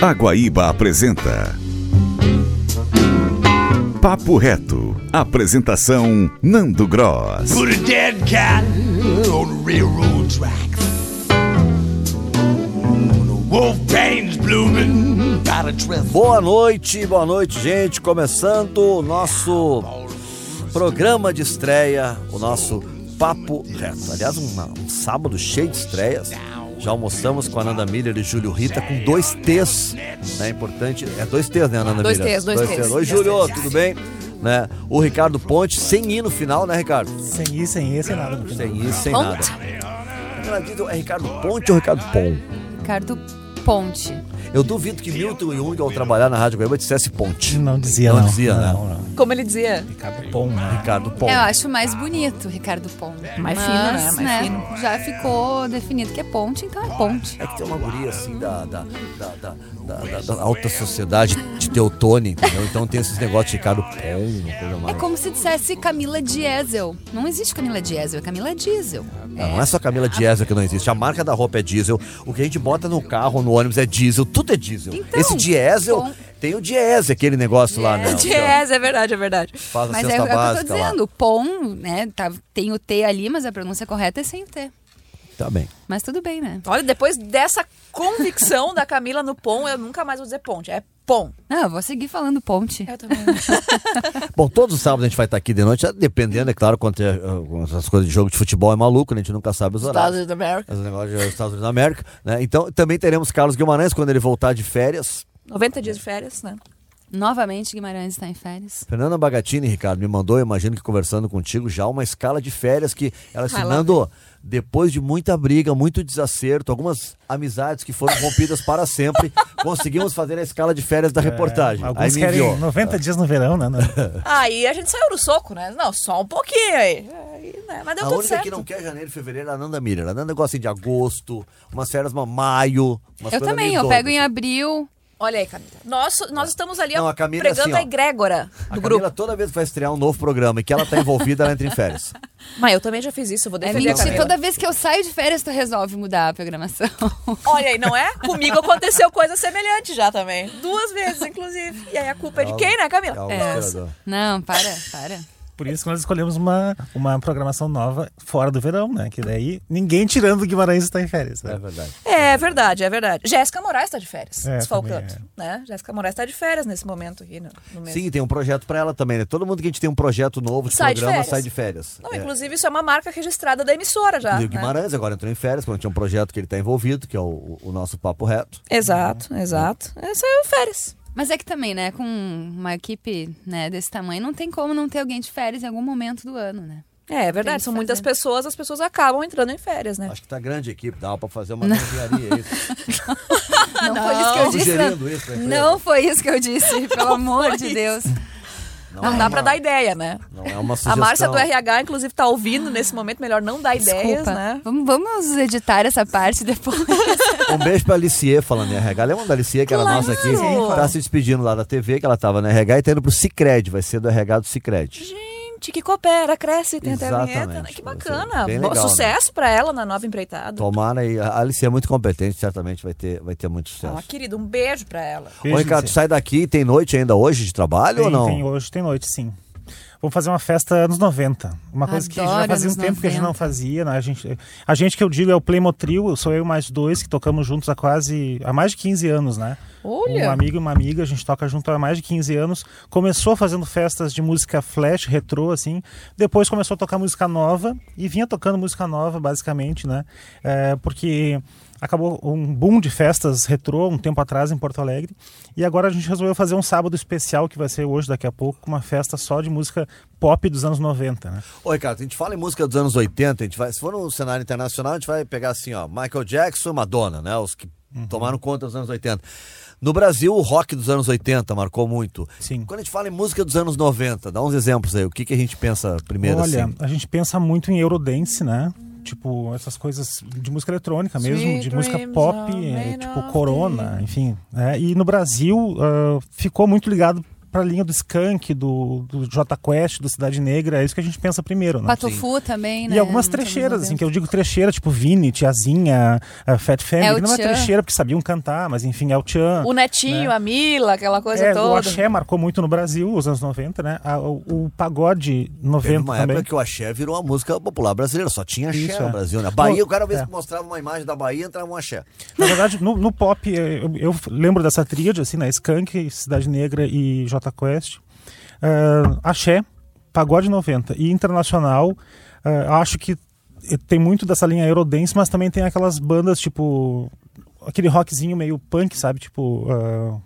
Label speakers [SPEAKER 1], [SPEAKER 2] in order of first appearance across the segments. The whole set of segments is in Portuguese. [SPEAKER 1] A Guaíba apresenta Papo Reto. Apresentação Nando Gross.
[SPEAKER 2] Put a dead cat on the railroad tracks. When the wolf pain's blooming out of dress.
[SPEAKER 3] Boa noite, boa noite, gente. Começando o nosso programa de estreia, o nosso Papo Reto. Aliás, um, um sábado cheio de estreias. Já almoçamos com a Nanda Miller e Júlio Rita com dois T's, né? Importante. É dois T's, né, Ananda
[SPEAKER 4] Dois
[SPEAKER 3] Miller?
[SPEAKER 4] T's, dois T's.
[SPEAKER 3] Oi, Júlio, tudo bem? Né? O Ricardo Ponte, sem I no final, né, Ricardo?
[SPEAKER 5] Sem ir, sem ir, sem nada. no final.
[SPEAKER 3] Sem I, sem nada. é.
[SPEAKER 4] Ponte.
[SPEAKER 3] Ela diz, É Ricardo Ponte ou Ricardo Pon?
[SPEAKER 4] Ricardo Ponte. É,
[SPEAKER 3] Eu duvido que Milton Jung, ao trabalhar na Rádio Goiaba, dissesse Ponte.
[SPEAKER 5] Não dizia,
[SPEAKER 3] Não
[SPEAKER 5] não.
[SPEAKER 3] dizia, né?
[SPEAKER 5] Não, não.
[SPEAKER 4] Como ele dizia? É,
[SPEAKER 5] Ricardo Pom, né?
[SPEAKER 3] Ricardo Pon.
[SPEAKER 4] Eu acho mais bonito, Ricardo Ponte.
[SPEAKER 6] Mais fino, né? Mais
[SPEAKER 4] fino. Já ficou definido que é ponte, então é ponte.
[SPEAKER 3] É que tem uma guria assim da, da, da, da, da- da- da alta sociedade de Teutônia, entendeu? Então tem esses negócios de Ricardo Pon, uma coisa
[SPEAKER 4] É
[SPEAKER 3] mais.
[SPEAKER 4] como se dissesse Camila Diesel. Não existe Camila Diesel, é Camila Diesel.
[SPEAKER 3] Não, não é só Camila Diesel que não existe. A marca da roupa é diesel. O que a gente bota no carro, no ônibus é diesel. Tudo é diesel.
[SPEAKER 4] Então,
[SPEAKER 3] Esse diesel,
[SPEAKER 4] com-
[SPEAKER 3] tem o diesel, aquele negócio lá, né?
[SPEAKER 4] Diesel, é verdade, é verdade.
[SPEAKER 3] Faz a
[SPEAKER 4] mas é,
[SPEAKER 3] cesta
[SPEAKER 4] é o que eu tô
[SPEAKER 3] básica lá.
[SPEAKER 4] dizendo, o pom, né? tá- tem o T ali, mas a pronúncia correta é sem T.
[SPEAKER 3] Tá bem.
[SPEAKER 4] Mas tudo bem, né?
[SPEAKER 6] Olha, depois dessa convicção da Camila no pão, eu nunca mais vou dizer ponte. É pão.
[SPEAKER 4] Não, eu vou seguir falando ponte.
[SPEAKER 6] Eu também.
[SPEAKER 3] Bom, todos os sábados a gente vai estar aqui de noite, dependendo, é claro, quanto é, ah, com essas coisas de jogo de futebol é maluco, né? a gente nunca sabe os horários.
[SPEAKER 6] da América.
[SPEAKER 3] Os negócios dos é Estados Unidos da América, né? Então, também teremos Carlos Guimarães quando ele voltar de férias.
[SPEAKER 6] 90 dias de férias, né?
[SPEAKER 4] Novamente, Guimarães está em férias.
[SPEAKER 3] Fernanda Bagatini, Ricardo, me mandou, eu imagino que conversando contigo, já uma escala de férias que ela se
[SPEAKER 6] Vai lá
[SPEAKER 3] mandou. Depois de muita briga, muito desacerto, algumas amizades que foram rompidas para sempre, conseguimos fazer a escala de férias da reportagem. Aí
[SPEAKER 5] É, Alguns
[SPEAKER 3] me
[SPEAKER 5] querem
[SPEAKER 3] enviou.
[SPEAKER 5] 90 dias no verão, né?
[SPEAKER 6] Aí a gente saiu do soco, né? Não, só um pouquinho aí. Aí, né? Mas deu
[SPEAKER 3] A
[SPEAKER 6] tudo
[SPEAKER 3] única
[SPEAKER 6] certo.
[SPEAKER 3] que não quer janeiro e fevereiro é a Nanda Miller. A Nanda gosta assim, de agosto, umas férias, uma maio. Umas
[SPEAKER 4] eu
[SPEAKER 3] coisas
[SPEAKER 4] também,
[SPEAKER 3] meio
[SPEAKER 4] eu
[SPEAKER 3] doidas.
[SPEAKER 4] pego em abril.
[SPEAKER 6] Olha aí, Camila. Nós, nós estamos ali ó,
[SPEAKER 3] Não, a Camila é
[SPEAKER 6] pregando
[SPEAKER 3] assim, ó.
[SPEAKER 6] a egrégora
[SPEAKER 3] A
[SPEAKER 6] do
[SPEAKER 3] Camila,
[SPEAKER 6] grupo.
[SPEAKER 3] toda vez que vai estrear um novo programa e que ela tá envolvida, ela entra em férias.
[SPEAKER 6] Mas eu também já fiz isso, eu vou
[SPEAKER 4] É
[SPEAKER 6] defender a
[SPEAKER 4] mentira,
[SPEAKER 6] Camila.
[SPEAKER 4] toda vez que eu saio de férias, tu resolve mudar a programação.
[SPEAKER 6] Olha aí, não é? Comigo aconteceu coisa semelhante já também. Duas vezes, inclusive. E aí a culpa é de quem,
[SPEAKER 3] É
[SPEAKER 6] né,
[SPEAKER 3] algo
[SPEAKER 6] Camila?
[SPEAKER 3] esperador.
[SPEAKER 4] Não, para, para.
[SPEAKER 5] Por isso que nós escolhemos uma, uma programação nova fora do verão, né? Que daí ninguém tirando o Guimarães está em férias.
[SPEAKER 3] É
[SPEAKER 5] Né?
[SPEAKER 3] verdade.
[SPEAKER 6] É verdade, é verdade. Jéssica Moraes tá de férias,
[SPEAKER 5] É,
[SPEAKER 6] desfalcando,
[SPEAKER 5] também
[SPEAKER 6] né? Jéssica Moraes tá de férias nesse momento aqui no, no mês.
[SPEAKER 3] Sim, tem um projeto pra ela também, né? Todo mundo que a gente tem um projeto novo de
[SPEAKER 6] Sai de
[SPEAKER 3] programa
[SPEAKER 6] férias.
[SPEAKER 3] sai de férias.
[SPEAKER 6] Não,
[SPEAKER 3] É.
[SPEAKER 6] inclusive isso é uma marca registrada da emissora já,
[SPEAKER 3] E
[SPEAKER 6] né?
[SPEAKER 3] o Guimarães agora entrou em férias, porque tinha um projeto que ele está envolvido, que é o, o nosso Papo Reto.
[SPEAKER 6] Exato, exato. É, saiu férias.
[SPEAKER 4] Mas é que também, né, com uma equipe né, desse tamanho, não tem como não ter alguém de férias em algum momento do ano, né?
[SPEAKER 6] É, é
[SPEAKER 4] Tem
[SPEAKER 6] verdade,
[SPEAKER 4] que
[SPEAKER 6] são muitas
[SPEAKER 4] fazer.
[SPEAKER 6] pessoas, as pessoas acabam entrando em férias, né?
[SPEAKER 3] Acho que tá grande a equipe, dá pra fazer uma engenharia. isso.
[SPEAKER 6] Ah,
[SPEAKER 3] Tá
[SPEAKER 4] Não, foi isso que eu disse.
[SPEAKER 3] Sugerindo isso né? pra
[SPEAKER 5] né?
[SPEAKER 3] empresa.
[SPEAKER 4] não foi isso que eu disse, pelo amor de
[SPEAKER 6] isso.
[SPEAKER 4] Deus.
[SPEAKER 6] Não, dá pra dar ideia, né?
[SPEAKER 3] Não é uma
[SPEAKER 6] A
[SPEAKER 3] é sugestão.
[SPEAKER 6] Márcia do RH, inclusive, tá ouvindo nesse momento, melhor não dar ideias,
[SPEAKER 4] Desculpa.
[SPEAKER 6] né?
[SPEAKER 4] Vamos, vamos editar essa parte depois.
[SPEAKER 3] Um beijo pra Alicier falando em RH. Lembra da Alicier, que era nossa aqui? Tá se despedindo lá da TV, que ela tava na RH e tá indo pro Cicred, vai ser do RH do Cicred.
[SPEAKER 6] Gente, que coopera, cresce, tem até a vinheta, né?
[SPEAKER 3] Exatamente.
[SPEAKER 6] Que
[SPEAKER 3] Vai ser
[SPEAKER 6] bacana.
[SPEAKER 3] bem
[SPEAKER 6] Bom,
[SPEAKER 3] legal, né?
[SPEAKER 6] Sucesso pra ela na nova empreitada.
[SPEAKER 3] Tomara aí. A Alicier é muito competente, certamente vai ter, vai ter muito
[SPEAKER 5] Ah,
[SPEAKER 6] Ó,
[SPEAKER 3] sucesso.
[SPEAKER 6] querido, um beijo pra ela.
[SPEAKER 3] Ô, Ricardo, sai daqui, tem noite ainda hoje de trabalho ou
[SPEAKER 5] Tem,
[SPEAKER 3] não?
[SPEAKER 5] tem hoje, tem noite, sim. Vamos fazer uma festa anos 90. Uma coisa que já
[SPEAKER 4] Adoro
[SPEAKER 5] fazia um
[SPEAKER 4] anos
[SPEAKER 5] tempo que a gente não
[SPEAKER 4] 90.
[SPEAKER 5] fazia, né? A gente, a gente que eu digo é o Playmotril, eu sou eu mais dois, que tocamos juntos há quase. há mais de 15 anos, né?
[SPEAKER 6] Olha!
[SPEAKER 5] Um amigo e uma amiga, a gente toca junto há mais de 15 anos. Começou fazendo festas de música flash, retrô, assim. Depois começou a tocar música nova e vinha tocando música nova, basicamente, né? É, porque acabou um boom de festas retrô um tempo atrás em Porto Alegre. E agora a gente resolveu fazer um sábado especial, que vai ser hoje, daqui a pouco, com uma festa só de música pop dos anos 90, né?
[SPEAKER 3] Ô, Ricardo, a gente fala em música dos anos 80, a gente vai, se for no cenário internacional, a gente vai pegar assim, ó, Michael Jackson, Madonna, né? Os que
[SPEAKER 5] Uhum.
[SPEAKER 3] tomaram conta dos anos 80. No Brasil, o rock dos anos 80 marcou muito.
[SPEAKER 5] Sim.
[SPEAKER 3] Quando a gente fala em música dos anos 90, dá uns exemplos aí. O que, que a gente pensa primeiro
[SPEAKER 5] Olha,
[SPEAKER 3] assim?
[SPEAKER 5] a gente pensa muito em Eurodance, né? Tipo, essas coisas de música eletrônica mesmo,
[SPEAKER 6] Sweet
[SPEAKER 5] de música
[SPEAKER 6] dreams
[SPEAKER 5] pop,
[SPEAKER 6] are
[SPEAKER 5] é,
[SPEAKER 6] made
[SPEAKER 5] tipo
[SPEAKER 6] of
[SPEAKER 5] Corona, enfim. né? E no Brasil ah, ficou muito ligado pra linha do Skank, do, do J Quest, do Cidade Negra, é isso que a gente pensa primeiro, né?
[SPEAKER 4] Patofu também, né?
[SPEAKER 5] E algumas
[SPEAKER 4] Nos
[SPEAKER 5] trecheiras,
[SPEAKER 4] anos
[SPEAKER 5] assim, que eu digo trecheira, tipo Vini, Tiazinha, a Fat Family,
[SPEAKER 4] É o
[SPEAKER 5] que não é
[SPEAKER 4] Tchan.
[SPEAKER 5] trecheira porque sabiam cantar, mas enfim, é o Tchan.
[SPEAKER 6] O Netinho, a Mila, aquela coisa
[SPEAKER 5] É, o
[SPEAKER 6] toda.
[SPEAKER 5] axé marcou muito no Brasil, os anos 90, né? A- o, o pagode
[SPEAKER 3] Teve
[SPEAKER 5] 90
[SPEAKER 3] uma
[SPEAKER 5] também.
[SPEAKER 3] época que o axé virou uma música popular brasileira, só tinha axé
[SPEAKER 5] Isso,
[SPEAKER 3] no
[SPEAKER 5] é.
[SPEAKER 3] Brasil, né? Bahia,
[SPEAKER 5] Bom,
[SPEAKER 3] o cara mesmo
[SPEAKER 5] é.
[SPEAKER 3] que mostrava uma imagem da Bahia, entrava um axé.
[SPEAKER 5] Na verdade, no, no pop, eh, eu, eu lembro dessa tríade, assim, né? Skank, Cidade Negra e J Quest. Ah, axé, Pagode 90 e Internacional. ah, acho que tem muito dessa linha Eurodance, mas também tem aquelas bandas, tipo... Aquele rockzinho meio punk, sabe? Tipo... ah,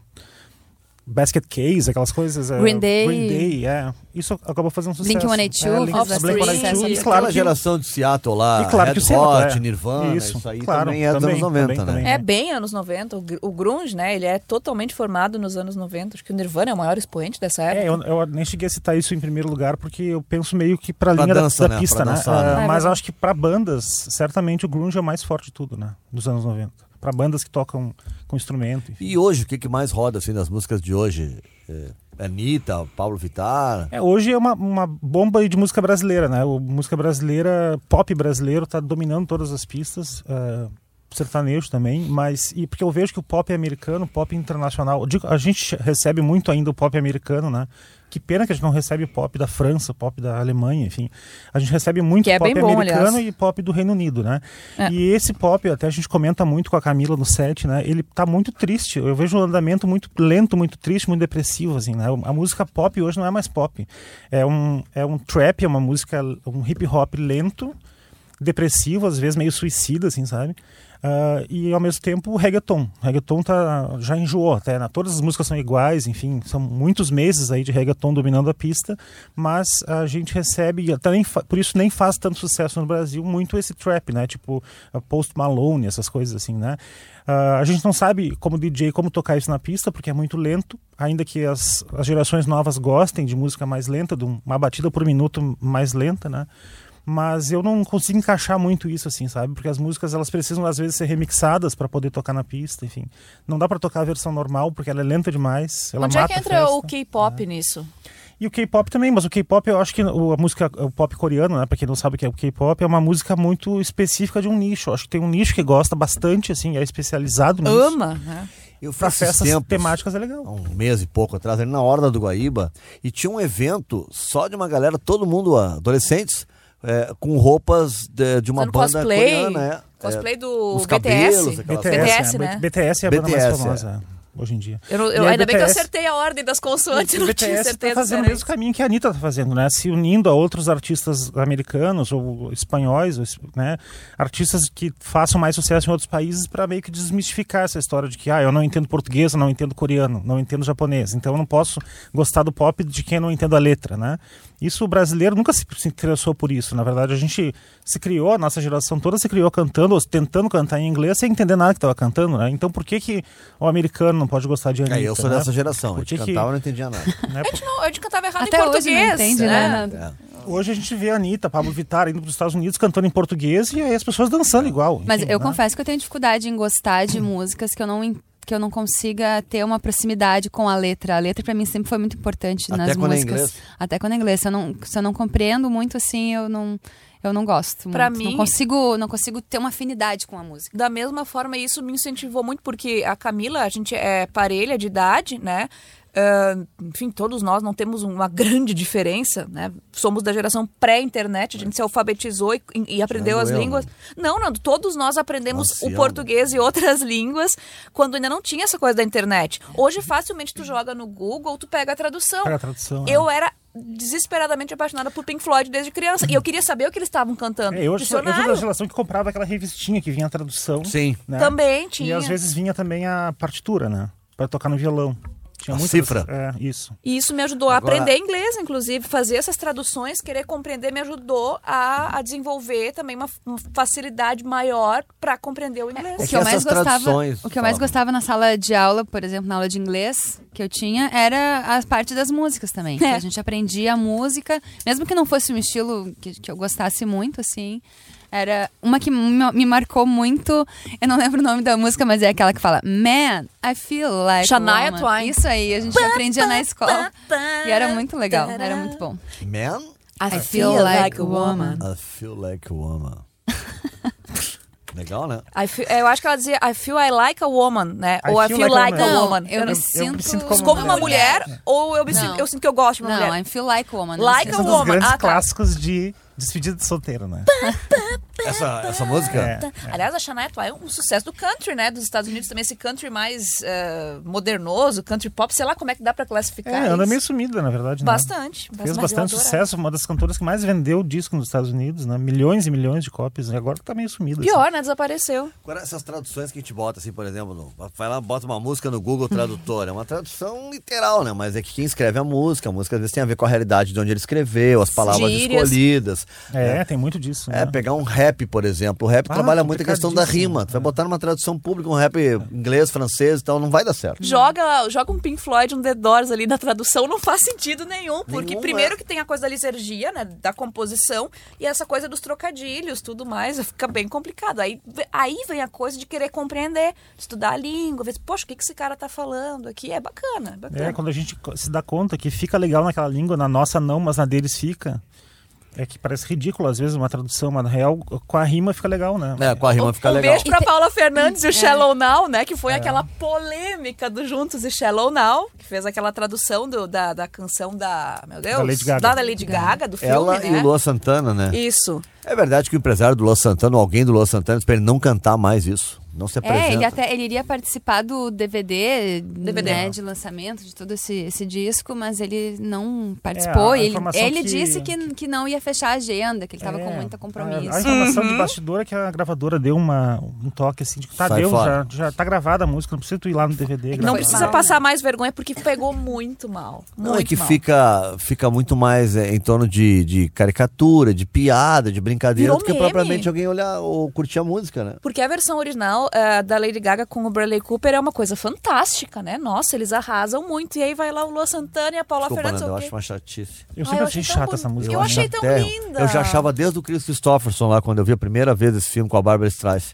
[SPEAKER 5] Basket Case, aquelas coisas. eh,
[SPEAKER 4] Green Day.
[SPEAKER 5] Green Day, é. Isso acabou fazendo sucesso.
[SPEAKER 4] Blink-182
[SPEAKER 5] É, Blink-
[SPEAKER 6] fez bastante
[SPEAKER 5] Blink-182,
[SPEAKER 6] sucesso.
[SPEAKER 5] e
[SPEAKER 6] Aquela
[SPEAKER 5] claro
[SPEAKER 3] Aquela
[SPEAKER 5] que-
[SPEAKER 3] geração de Seattle lá,
[SPEAKER 5] e claro
[SPEAKER 3] Red
[SPEAKER 5] que o Seattle,
[SPEAKER 3] Hot,
[SPEAKER 5] é.
[SPEAKER 3] Nirvana, isso,
[SPEAKER 5] Isso,
[SPEAKER 3] aí
[SPEAKER 5] claro,
[SPEAKER 3] também é dos
[SPEAKER 5] também,
[SPEAKER 3] anos 90,
[SPEAKER 5] também,
[SPEAKER 3] né?
[SPEAKER 5] também.
[SPEAKER 6] É bem anos 90. O, gr- o grunge, né? Ele é totalmente formado nos anos 90. Acho que o Nirvana é o maior expoente dessa época.
[SPEAKER 5] É, eu, eu nem cheguei a citar isso em primeiro lugar, porque eu penso meio que pra,
[SPEAKER 3] Pra
[SPEAKER 5] linha da-
[SPEAKER 3] dança,
[SPEAKER 5] da,
[SPEAKER 3] né?
[SPEAKER 5] pista,
[SPEAKER 3] Pra
[SPEAKER 5] né?
[SPEAKER 3] dançar, né?
[SPEAKER 5] Ah,
[SPEAKER 4] É
[SPEAKER 5] mas
[SPEAKER 4] verdade.
[SPEAKER 5] acho que pra bandas, certamente o grunge é o mais forte de tudo, né? Dos anos 90. Pra bandas que tocam com instrumento. enfim.
[SPEAKER 3] E hoje, o que, que mais roda, assim, nas músicas de hoje? É, Anitta, Pablo Vittar...
[SPEAKER 5] É, hoje é uma, uma bomba de música brasileira, né? O música brasileira, pop brasileiro, tá dominando todas as pistas. ah, sertanejo também, mas e porque eu vejo que o pop americano, o pop internacional, eu digo, a gente recebe muito ainda o pop americano, né? Que pena que a gente não recebe o pop da França, o pop da Alemanha, enfim. A gente recebe muito
[SPEAKER 6] Que é
[SPEAKER 5] pop
[SPEAKER 6] bem bom,
[SPEAKER 5] americano
[SPEAKER 6] aliás.
[SPEAKER 5] e pop do Reino Unido, né?
[SPEAKER 6] É.
[SPEAKER 5] E esse pop, até a gente comenta muito com a Camila no set, né? Ele tá muito triste. Eu vejo um andamento muito lento, muito triste, muito depressivo, assim, né? A música pop hoje não é mais pop. É um, é um trap, é uma música, um hip hop lento, depressivo, às vezes meio suicida, assim, sabe? Ah, e ao mesmo tempo o reggaeton. O reggaeton tá, já enjoou até, né? Todas as músicas são iguais, enfim, são muitos meses aí de reggaeton dominando a pista, mas a gente recebe, e até nem fa- por isso nem faz tanto sucesso no Brasil, muito esse trap, né? Tipo ah, Post Malone, essas coisas assim, né? Ah, a gente não sabe como DJ como tocar isso na pista, porque é muito lento, ainda que as, as gerações novas gostem de música mais lenta, de um- uma batida por minuto mais lenta, né? mas eu não consigo encaixar muito isso assim, sabe? Porque as músicas elas precisam às vezes ser remixadas para poder tocar na pista, enfim. Não dá para tocar a versão normal porque ela é lenta demais, ela
[SPEAKER 6] Onde é
[SPEAKER 5] mata
[SPEAKER 6] que
[SPEAKER 5] a
[SPEAKER 6] entra
[SPEAKER 5] festa. É.
[SPEAKER 6] o K-pop nisso?
[SPEAKER 5] E o K-pop também, mas o K-pop eu acho que o- a música o pop coreano, né, para quem não sabe o que é o K-pop, é uma música muito específica de um nicho. Eu acho que tem um nicho que gosta bastante assim, é especializado nisso.
[SPEAKER 6] Ama, né?
[SPEAKER 3] Eu fui
[SPEAKER 5] Para
[SPEAKER 3] esses
[SPEAKER 5] festas
[SPEAKER 3] tempos,
[SPEAKER 5] temáticas é
[SPEAKER 3] há
[SPEAKER 5] legal.
[SPEAKER 3] um mês e pouco atrás, ali na Orla do Guaíba, e tinha um evento só de uma galera, todo mundo, ah, adolescentes, é, com roupas de, de uma
[SPEAKER 6] Fazendo
[SPEAKER 3] banda
[SPEAKER 6] cosplay.
[SPEAKER 3] coreana. É,
[SPEAKER 6] Cosplay
[SPEAKER 3] é,
[SPEAKER 6] do
[SPEAKER 3] os
[SPEAKER 6] BTS.
[SPEAKER 3] cabelos, aquelas
[SPEAKER 6] BTS.
[SPEAKER 3] coisas.
[SPEAKER 5] é,
[SPEAKER 6] né?
[SPEAKER 5] BTS é a banda
[SPEAKER 3] BTS,
[SPEAKER 5] mais famosa hoje em dia.
[SPEAKER 6] Eu, não-
[SPEAKER 5] E
[SPEAKER 6] eu-
[SPEAKER 5] aí
[SPEAKER 6] ainda bem que eu
[SPEAKER 5] BTS
[SPEAKER 6] acertei a ordem das consoantes,
[SPEAKER 5] E
[SPEAKER 6] eu não
[SPEAKER 5] o
[SPEAKER 6] tinha
[SPEAKER 5] BTS
[SPEAKER 6] certeza.
[SPEAKER 5] tá
[SPEAKER 6] se
[SPEAKER 5] fazendo o
[SPEAKER 6] era
[SPEAKER 5] mesmo
[SPEAKER 6] isso.
[SPEAKER 5] caminho que a Anitta tá fazendo, né? Se unindo a outros artistas americanos ou espanhóis, ou es- né? Artistas que façam mais sucesso em outros países para meio que desmistificar essa história de que, ah, eu não entendo português, eu não entendo coreano, não entendo japonês, então eu não posso gostar do pop de quem eu não entendo a letra, né? Isso o brasileiro nunca se, se interessou por isso, na verdade. A gente se criou, a nossa geração toda se criou cantando, ou tentando cantar em inglês sem entender nada que estava cantando, né? Então por que que o americano não pode gostar de Anitta?
[SPEAKER 3] É, eu sou
[SPEAKER 5] né?
[SPEAKER 3] dessa geração,
[SPEAKER 5] Por
[SPEAKER 3] eu
[SPEAKER 5] que que-
[SPEAKER 3] cantava e não entendia nada.
[SPEAKER 5] né?
[SPEAKER 6] A gente, não, a gente cantava errado em
[SPEAKER 4] Até
[SPEAKER 6] português. É.
[SPEAKER 4] hoje não entende, né?
[SPEAKER 3] É.
[SPEAKER 5] Hoje a gente vê a Anitta, Pablo Vittar indo para os Estados Unidos cantando em português e aí as pessoas dançando
[SPEAKER 6] É.
[SPEAKER 5] igual.
[SPEAKER 4] Mas
[SPEAKER 5] enfim,
[SPEAKER 4] eu
[SPEAKER 5] né?
[SPEAKER 4] confesso que eu tenho dificuldade em gostar
[SPEAKER 3] Hum.
[SPEAKER 4] de músicas que eu não en- que eu não consiga ter uma proximidade com a letra. A letra para mim sempre foi muito importante
[SPEAKER 3] Até
[SPEAKER 4] nas
[SPEAKER 3] quando é
[SPEAKER 4] músicas.
[SPEAKER 3] inglês?
[SPEAKER 4] Até quando é inglês, se eu não se eu não compreendo muito assim, eu não eu não gosto.
[SPEAKER 6] Pra
[SPEAKER 4] muito.
[SPEAKER 6] mim-
[SPEAKER 4] não consigo não consigo ter uma afinidade com a música.
[SPEAKER 6] Da mesma forma, isso me incentivou muito, porque a Camila, a gente é parelha de idade, né? Ah, enfim, todos nós não temos uma grande diferença, né? Somos da geração pré-internet, a gente se alfabetizou e, e aprendeu
[SPEAKER 3] não
[SPEAKER 6] as
[SPEAKER 3] eu, né?
[SPEAKER 6] línguas. Não, não, todos nós aprendemos
[SPEAKER 3] Nossa,
[SPEAKER 6] o
[SPEAKER 3] eu,
[SPEAKER 5] é
[SPEAKER 6] português e
[SPEAKER 5] um
[SPEAKER 6] outras línguas quando ainda não tinha essa coisa da internet. Hoje, facilmente, tu joga no Google, tu pega a tradução.
[SPEAKER 5] É. Pega a tradução, é.
[SPEAKER 6] Eu era desesperadamente apaixonada por Pink Floyd desde criança. E eu queria saber o que eles estavam cantando.
[SPEAKER 5] É, eu, eu sou da
[SPEAKER 6] Dicionário.
[SPEAKER 5] geração que comprava aquela revistinha que vinha a tradução.
[SPEAKER 3] Sim.
[SPEAKER 5] né?
[SPEAKER 6] Também tinha.
[SPEAKER 5] E às vezes vinha também a partitura, né? Para tocar no violão. Tinha
[SPEAKER 3] A
[SPEAKER 5] muita-
[SPEAKER 3] cifra.
[SPEAKER 5] É, isso.
[SPEAKER 6] E isso me ajudou
[SPEAKER 3] Agora-
[SPEAKER 6] a aprender inglês, inclusive, fazer essas traduções, querer compreender, me ajudou a, a desenvolver também uma, f- uma facilidade maior para compreender o inglês.
[SPEAKER 4] O
[SPEAKER 3] É
[SPEAKER 4] que,
[SPEAKER 3] que
[SPEAKER 4] eu mais
[SPEAKER 3] essas
[SPEAKER 4] gostava,
[SPEAKER 3] traduções,
[SPEAKER 4] o que eu mais
[SPEAKER 3] fala.
[SPEAKER 4] gostava na sala de aula, por exemplo, na aula de inglês que eu tinha, era a parte das músicas também.
[SPEAKER 3] É.
[SPEAKER 4] que A gente aprendia a música, mesmo que não fosse um estilo que, que eu gostasse muito, assim. Era uma que me, me marcou muito. Eu não lembro o nome da música, mas é aquela que fala Man, I feel like. a
[SPEAKER 6] Shania
[SPEAKER 4] woman."
[SPEAKER 6] Twain.
[SPEAKER 4] Isso aí, a gente aprendia na escola. E era muito legal, era muito bom.
[SPEAKER 3] Man,
[SPEAKER 4] I feel like a woman.
[SPEAKER 3] I feel like a woman. Legal, né?
[SPEAKER 6] I feel- eu acho que ela dizia I feel I like a woman, né?
[SPEAKER 5] I
[SPEAKER 6] ou I
[SPEAKER 5] feel
[SPEAKER 6] feel
[SPEAKER 5] like
[SPEAKER 6] like,
[SPEAKER 5] a
[SPEAKER 6] a
[SPEAKER 4] Não,
[SPEAKER 6] woman.
[SPEAKER 4] eu,
[SPEAKER 5] não-
[SPEAKER 4] me
[SPEAKER 5] eu
[SPEAKER 4] sinto,
[SPEAKER 5] me sinto como
[SPEAKER 6] Como uma mulher, ou eu, me
[SPEAKER 4] Não.
[SPEAKER 6] sinto, eu sinto que eu gosto de uma
[SPEAKER 4] Não,
[SPEAKER 6] Tipo,
[SPEAKER 4] é
[SPEAKER 6] mulher.
[SPEAKER 4] I feel like a woman. não sei
[SPEAKER 6] Like a
[SPEAKER 4] se-
[SPEAKER 5] Um dos
[SPEAKER 6] woman.
[SPEAKER 5] grandes
[SPEAKER 6] Ah, tá.
[SPEAKER 5] clássicos de despedida de solteiro, né?
[SPEAKER 3] Essa, essa música?
[SPEAKER 5] É.
[SPEAKER 6] Aliás, a Shania Twain é um sucesso do country, né? Dos Estados Unidos também, esse country mais eh, modernoso, country pop, sei lá como é que dá pra classificar
[SPEAKER 5] É, anda
[SPEAKER 6] isso.
[SPEAKER 5] meio sumida, na verdade. né?
[SPEAKER 6] Bastante.
[SPEAKER 5] Fez
[SPEAKER 6] mas eu
[SPEAKER 5] bastante
[SPEAKER 6] adorava.
[SPEAKER 5] sucesso, uma das cantoras que mais vendeu disco nos Estados Unidos, né? Milhões e milhões de cópias. E agora tá meio sumida. assim.
[SPEAKER 6] Pior, né? Desapareceu.
[SPEAKER 3] Qual é essas traduções que a gente bota, assim, por exemplo, no- vai lá, bota uma música no Google Tradutor. É uma tradução literal, né? Mas é que quem escreve a música, a música às vezes tem a ver com a realidade de onde ele escreveu, as palavras
[SPEAKER 6] Gírias.
[SPEAKER 3] escolhidas.
[SPEAKER 5] É, tem muito disso.
[SPEAKER 3] É,
[SPEAKER 5] né?
[SPEAKER 3] pegar um rap, por exemplo. O rap
[SPEAKER 5] Ah,
[SPEAKER 3] trabalha muito a questão da
[SPEAKER 5] complicadíssimo.
[SPEAKER 3] rima. Tu vai botar numa tradução pública um rap inglês, francês e tal, não vai dar certo.
[SPEAKER 6] Joga, joga um Pink Floyd, um The Doors ali na tradução, não faz sentido nenhum. Porque
[SPEAKER 3] Nenhum,
[SPEAKER 6] primeiro
[SPEAKER 3] né?
[SPEAKER 6] que tem a coisa da lisergia, né? Da composição, e essa coisa dos trocadilhos, tudo mais, fica bem complicado. Aí, aí vem a coisa de querer compreender, estudar a língua, ver, poxa, o que, que esse cara tá falando aqui? É bacana, é bacana.
[SPEAKER 5] É, quando a gente co- se dá conta que fica legal naquela língua, na nossa não, mas na deles fica. É que parece ridículo, às vezes, uma tradução, mas na real, com a rima fica legal, né?
[SPEAKER 3] É, com a rima fica
[SPEAKER 6] um
[SPEAKER 3] legal. É.
[SPEAKER 6] beijo pra Paula Fernandes e o Shallow Now, né? Que foi aquela polêmica do Juntos e Shallow Now, que fez aquela tradução do- da, da canção da. Meu Deus!
[SPEAKER 5] Da Lady Gaga.
[SPEAKER 6] Da, da Lady Gaga, do filme.
[SPEAKER 3] Ela
[SPEAKER 6] né?
[SPEAKER 3] e o Luan Santana, né?
[SPEAKER 6] Isso.
[SPEAKER 3] É verdade que o empresário do Luan Santana, ou alguém do Luan Santana, disse pra ele não cantar mais isso. Não se apresenta.
[SPEAKER 4] É, ele até ele iria participar do DVD,
[SPEAKER 6] DVD.
[SPEAKER 4] né, de lançamento de todo esse, esse disco, mas ele não participou.
[SPEAKER 5] É, a
[SPEAKER 4] e ele
[SPEAKER 5] informação
[SPEAKER 4] ele
[SPEAKER 5] que-
[SPEAKER 4] disse que, que não ia fechar a agenda, que ele estava
[SPEAKER 5] É,
[SPEAKER 4] com muito
[SPEAKER 5] A, a
[SPEAKER 4] compromisso.
[SPEAKER 5] informação
[SPEAKER 3] Uhum.
[SPEAKER 5] de bastidor é que a gravadora deu uma, um toque assim, de que tá,
[SPEAKER 3] Sai
[SPEAKER 5] deu,
[SPEAKER 3] fora.
[SPEAKER 5] já, já tá gravada a música, não precisa tu ir lá no DVD.
[SPEAKER 4] que
[SPEAKER 5] gravar.
[SPEAKER 6] Não
[SPEAKER 4] Foi
[SPEAKER 6] precisa
[SPEAKER 4] mal, né?
[SPEAKER 6] passar mais vergonha, porque pegou muito mal.
[SPEAKER 3] Não,
[SPEAKER 6] muito
[SPEAKER 3] é que
[SPEAKER 6] mal.
[SPEAKER 3] fica, fica muito mais é, em torno de, de caricatura, de piada, de brincadeira,
[SPEAKER 6] Virou
[SPEAKER 3] do que
[SPEAKER 6] meme.
[SPEAKER 3] propriamente alguém olhar ou curtir a música, né?
[SPEAKER 6] Porque a versão original eh, da Lady Gaga com o Bradley Cooper é uma coisa fantástica, né? Nossa, eles arrasam muito. E aí vai lá o Luan Santana e a Paula
[SPEAKER 3] Desculpa,
[SPEAKER 6] Fernandes.
[SPEAKER 3] Nanda, eu
[SPEAKER 6] ok.
[SPEAKER 3] acho uma chatice.
[SPEAKER 5] Eu
[SPEAKER 6] Ah,
[SPEAKER 5] sempre
[SPEAKER 6] eu
[SPEAKER 5] achei
[SPEAKER 6] achei tão
[SPEAKER 5] chata essa
[SPEAKER 6] bonito.
[SPEAKER 5] música.
[SPEAKER 6] Eu
[SPEAKER 5] né?
[SPEAKER 6] achei tão
[SPEAKER 3] até-
[SPEAKER 6] Tá linda.
[SPEAKER 3] Eu já achava desde o Chris Christopherson lá, quando eu vi a primeira vez esse filme com a Barbara Streisand.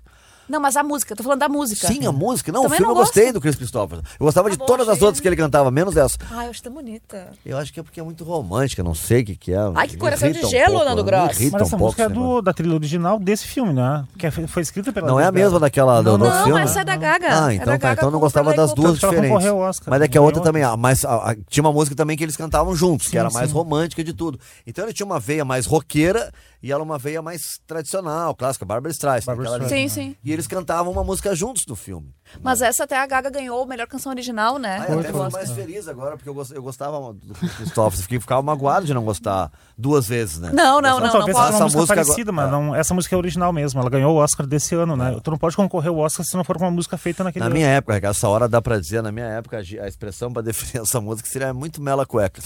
[SPEAKER 6] Não, mas a música, tô falando da música.
[SPEAKER 3] Sim, a música. Não,
[SPEAKER 6] assim. Também
[SPEAKER 3] o filme
[SPEAKER 6] não
[SPEAKER 3] eu gostei
[SPEAKER 6] gosto.
[SPEAKER 3] do Chris Christopherson. Eu gostava
[SPEAKER 6] Tá
[SPEAKER 3] de
[SPEAKER 6] bom,
[SPEAKER 3] todas as
[SPEAKER 6] chega.
[SPEAKER 3] outras que ele cantava, menos essa.
[SPEAKER 6] Ai, eu acho tão bonita.
[SPEAKER 3] Eu acho que é porque é muito romântica, não sei o que, que é.
[SPEAKER 6] Ai, que
[SPEAKER 3] Me
[SPEAKER 6] coração
[SPEAKER 3] irrita
[SPEAKER 6] de gelo,
[SPEAKER 3] pouco,
[SPEAKER 6] Nando
[SPEAKER 3] me
[SPEAKER 6] Gross.
[SPEAKER 3] irrita
[SPEAKER 5] Mas essa
[SPEAKER 3] um pouco
[SPEAKER 5] música é
[SPEAKER 3] esse negócio.
[SPEAKER 5] do, da trilha original desse filme, né? Que é- foi escrita pela
[SPEAKER 3] Não é a
[SPEAKER 5] Lady Gaga.
[SPEAKER 3] mesma daquela do,
[SPEAKER 5] Não,
[SPEAKER 3] do
[SPEAKER 5] não,
[SPEAKER 3] filme.
[SPEAKER 6] mas é da Gaga.
[SPEAKER 3] Ah,
[SPEAKER 6] É
[SPEAKER 3] então
[SPEAKER 6] da
[SPEAKER 3] tá.
[SPEAKER 6] Gaga
[SPEAKER 3] Então eu não
[SPEAKER 6] com o
[SPEAKER 3] gostava
[SPEAKER 6] Bradley
[SPEAKER 3] das duas
[SPEAKER 5] Tanto que ela
[SPEAKER 3] diferentes.
[SPEAKER 5] concorreu ao Oscar,
[SPEAKER 3] mas é que a
[SPEAKER 5] ganhou
[SPEAKER 3] outra
[SPEAKER 5] o
[SPEAKER 3] também, a, mais, a- a- tinha uma música também que eles cantavam juntos, que
[SPEAKER 5] Sim,
[SPEAKER 3] era mais
[SPEAKER 5] sim.
[SPEAKER 3] romântica de tudo. Então ele tinha uma veia mais roqueira e ela uma veia mais tradicional, clássica, Barbara Streisand.
[SPEAKER 5] Barbra
[SPEAKER 3] aquela
[SPEAKER 5] Streisand.
[SPEAKER 3] ali.
[SPEAKER 6] Sim, sim.
[SPEAKER 3] E eles cantavam uma música juntos no filme.
[SPEAKER 6] Mas essa até a Gaga ganhou a melhor canção original, né?
[SPEAKER 3] Ah,
[SPEAKER 5] Foi,
[SPEAKER 3] eu até
[SPEAKER 5] foi.
[SPEAKER 3] fico mais feliz agora, porque eu gos- eu gostava do Christopher. Fiquei- Ficava magoado de não gostar duas vezes, né?
[SPEAKER 6] Não, não,
[SPEAKER 3] Gostava-
[SPEAKER 5] Não,
[SPEAKER 6] não,
[SPEAKER 5] talvez
[SPEAKER 6] posso.
[SPEAKER 5] seja uma
[SPEAKER 3] Essa
[SPEAKER 5] música,
[SPEAKER 3] música agora-
[SPEAKER 5] parecida, mas
[SPEAKER 3] é.
[SPEAKER 5] não, essa música é original mesmo. Ela ganhou o Oscar desse ano, né? Tu não pode concorrer ao Oscar se não for com uma música feita naquele
[SPEAKER 3] Na
[SPEAKER 5] ano.
[SPEAKER 3] minha época, cara, essa hora dá pra dizer, na minha época, a gi- a expressão pra definir essa música seria muito mela cueca.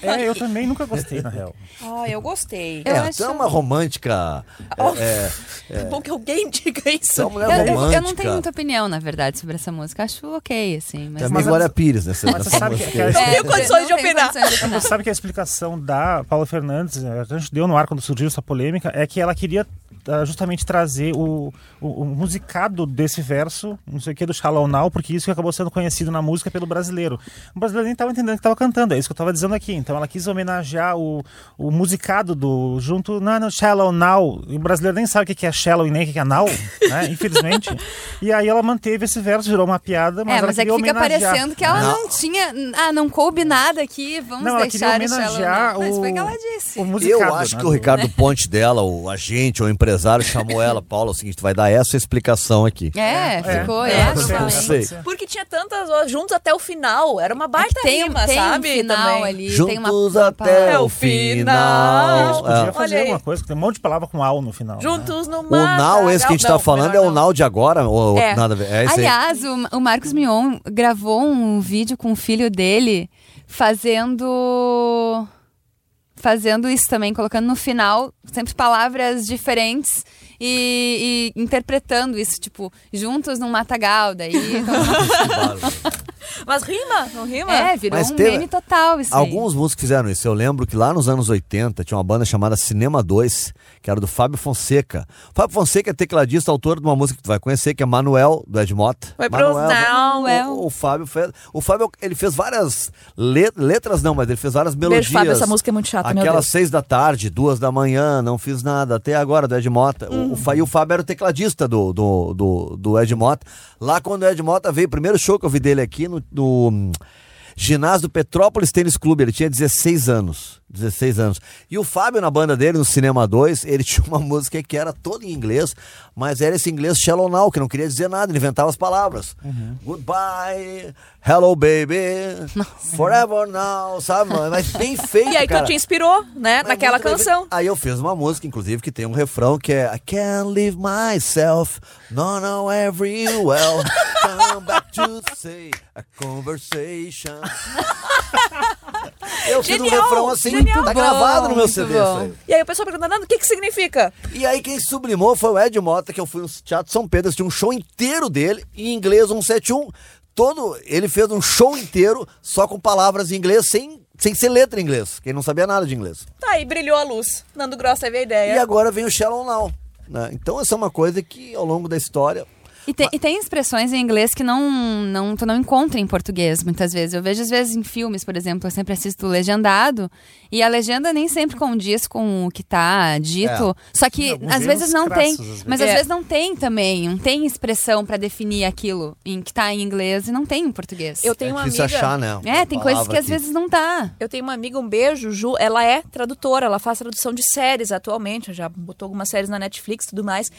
[SPEAKER 5] É, eu também nunca gostei, na real.
[SPEAKER 6] Ah, eu gostei.
[SPEAKER 4] Eu
[SPEAKER 3] é,
[SPEAKER 4] acho-
[SPEAKER 5] Então
[SPEAKER 3] tu é uma romântica.
[SPEAKER 6] Oh.
[SPEAKER 3] É,
[SPEAKER 6] É bom que alguém diga
[SPEAKER 3] tu é
[SPEAKER 6] isso.
[SPEAKER 3] uma mulher
[SPEAKER 4] Eu, eu- eu
[SPEAKER 3] romântica.
[SPEAKER 4] não tenho muita opinião, na verdade, sobre essa música. Acho ok, assim, mas.
[SPEAKER 3] Também
[SPEAKER 5] Mas-
[SPEAKER 3] Glória Pires, né? Você
[SPEAKER 5] Mas você sabe que- é que
[SPEAKER 3] música.
[SPEAKER 5] ela-
[SPEAKER 6] tenho condições de
[SPEAKER 4] Não tenho
[SPEAKER 6] opinar.
[SPEAKER 4] condições de
[SPEAKER 5] Você sabe que a explicação da Paula Fernandes, eh, a gente deu no ar quando surgiu essa polêmica, é que ela queria ah, justamente trazer o, o- o musicado desse verso, não sei o que, do Shallow Now, porque isso que acabou sendo conhecido na música pelo brasileiro. O brasileiro nem estava entendendo o que estava cantando, é isso que eu estava dizendo aqui. Então ela quis homenagear o, o musicado do junto, não, não, Shallow Now. E o brasileiro nem sabe o que que é Shallow e nem o que que é Now, né? infelizmente. E aí ela manteve esse verso, virou uma piada, mas
[SPEAKER 4] é,
[SPEAKER 5] ela
[SPEAKER 4] mas é que
[SPEAKER 5] queria
[SPEAKER 4] fica
[SPEAKER 5] homenagear.
[SPEAKER 4] parecendo que ela
[SPEAKER 3] Não.
[SPEAKER 4] não tinha. Ah, não coube nada aqui, vamos
[SPEAKER 5] Não, ela queria
[SPEAKER 4] deixar o Shallow
[SPEAKER 5] homenagear
[SPEAKER 4] Now. Mas foi o que
[SPEAKER 5] o-
[SPEAKER 4] ela disse.
[SPEAKER 5] o musicado.
[SPEAKER 3] Eu acho
[SPEAKER 5] né,
[SPEAKER 3] que o
[SPEAKER 5] do-
[SPEAKER 3] Ricardo Ponte dela, o agente ou o empresário, chamou ela. Paula, é o seguinte, tu vai dar essa explicação aqui.
[SPEAKER 4] É, ficou,
[SPEAKER 5] é,
[SPEAKER 4] é,
[SPEAKER 5] pode
[SPEAKER 4] acho
[SPEAKER 5] ser.
[SPEAKER 3] Eu
[SPEAKER 4] também.
[SPEAKER 3] sei.
[SPEAKER 6] Porque tinha tantas ó, juntos até o final. Era uma baita
[SPEAKER 4] É Tem,
[SPEAKER 6] rima,
[SPEAKER 4] tem
[SPEAKER 6] sabe?
[SPEAKER 4] um final
[SPEAKER 6] Também.
[SPEAKER 4] ali, tem uma.
[SPEAKER 3] Juntos
[SPEAKER 4] uma
[SPEAKER 3] até
[SPEAKER 4] parte-
[SPEAKER 3] o final.
[SPEAKER 6] final.
[SPEAKER 5] Podia
[SPEAKER 3] É.
[SPEAKER 5] fazer
[SPEAKER 6] Olha aí.
[SPEAKER 5] alguma coisa, que tem um monte de palavra com al no final. né?
[SPEAKER 6] Juntos no
[SPEAKER 3] O
[SPEAKER 6] mar.
[SPEAKER 3] Now, esse que a gente tá falando, é o Now de agora? Ou,
[SPEAKER 6] É.
[SPEAKER 3] Nada a ver. É esse aí.
[SPEAKER 4] Aliás, o, o Marcos Mion gravou um vídeo com o filho dele fazendo. Fazendo isso também, colocando no final sempre palavras diferentes
[SPEAKER 3] tá
[SPEAKER 4] e, e interpretando isso, tipo, juntos num matagal, daí.
[SPEAKER 3] Claro.
[SPEAKER 6] Mas rima, não rima?
[SPEAKER 4] É, virou
[SPEAKER 3] Mas
[SPEAKER 4] um
[SPEAKER 3] teve-
[SPEAKER 4] meme total isso aí.
[SPEAKER 3] Alguns músicos fizeram isso. Eu lembro que lá nos anos 80 tinha uma banda chamada Cinema 2, que era do Fábio Fonseca. Fábio Fonseca é tecladista, autor de uma música que tu vai conhecer, que é Manuel, do Ed Mota.
[SPEAKER 6] Vai pro
[SPEAKER 3] Manuel, né?
[SPEAKER 6] Manuel.
[SPEAKER 3] O, o Fábio fez. O Fábio, ele fez várias le- letras, não, mas ele fez várias melodias.
[SPEAKER 6] Fábio, essa música é muito chata, meu
[SPEAKER 3] Aquelas
[SPEAKER 6] Deus.
[SPEAKER 3] seis da tarde, duas da manhã, não fiz nada, até agora, do Ed Mota. O-
[SPEAKER 6] Uhum.
[SPEAKER 3] O, Fá- e o Fábio era o tecladista do, do, do, do Ed Mota. Lá quando o Ed Mota veio, o primeiro show que eu vi dele aqui no, no, hum, ginásio do Petrópolis Tênis Clube, ele tinha 16 anos. 16 anos. E o Fábio, na banda dele, no Cinema 2, ele tinha uma música que era toda em inglês, mas era esse inglês shallow now, que não queria dizer nada, ele inventava as palavras.
[SPEAKER 6] Uhum.
[SPEAKER 3] Goodbye, hello baby, forever now, sabe? Mas bem feito,
[SPEAKER 6] E aí
[SPEAKER 3] cara.
[SPEAKER 6] tu te inspirou, né?
[SPEAKER 3] Mas
[SPEAKER 6] naquela
[SPEAKER 3] muito bem feito.
[SPEAKER 6] canção.
[SPEAKER 3] Aí eu fiz uma música, inclusive, que tem um refrão que é I can't leave myself, no, no, every well. Come back to say a conversation. Eu fiz um
[SPEAKER 6] Genial,
[SPEAKER 3] refrão assim,
[SPEAKER 6] genial.
[SPEAKER 3] tá
[SPEAKER 6] Muito
[SPEAKER 3] gravado no meu
[SPEAKER 4] muito
[SPEAKER 3] CD
[SPEAKER 4] bom.
[SPEAKER 3] isso
[SPEAKER 6] E aí o pessoal pergunta, Nando, o que que significa?
[SPEAKER 3] aí. E aí quem sublimou foi o Ed Mota, que eu fui no Teatro São Pedro, tinha um show inteiro dele, em inglês 171. Todo, ele fez um show inteiro só com palavras em inglês, sem, sem ser letra em inglês, quem não sabia nada de inglês.
[SPEAKER 6] Tá aí, brilhou a luz. Nando Gross teve a
[SPEAKER 4] É.
[SPEAKER 3] E
[SPEAKER 6] ideia.
[SPEAKER 3] agora vem o Shallow Now. né? Então essa é uma coisa que ao longo da história.
[SPEAKER 4] E, tem- e tem expressões em inglês que não, não, tu não encontra em português, muitas vezes. Eu vejo, às vezes, em filmes, por exemplo, eu sempre assisto legendado, e a legenda nem sempre condiz com o que tá dito. Só que,
[SPEAKER 5] Alguns
[SPEAKER 4] às
[SPEAKER 5] erros
[SPEAKER 4] vezes, não
[SPEAKER 5] crassos,
[SPEAKER 4] tem.
[SPEAKER 5] às vezes.
[SPEAKER 4] Mas,
[SPEAKER 6] É.
[SPEAKER 4] às vezes, não tem também. Não tem expressão pra definir aquilo em que tá em inglês e não tem em português.
[SPEAKER 6] Eu tenho
[SPEAKER 3] é
[SPEAKER 6] uma
[SPEAKER 3] difícil
[SPEAKER 6] amiga...
[SPEAKER 3] achar, né?
[SPEAKER 4] É, tem
[SPEAKER 3] uma
[SPEAKER 4] coisas
[SPEAKER 3] palavra
[SPEAKER 4] que às
[SPEAKER 3] que-
[SPEAKER 4] vezes não tá.
[SPEAKER 6] Eu tenho uma amiga, um beijo, Ju, ela é tradutora, ela faz tradução de séries atualmente, já botou algumas séries na Netflix e tudo mais.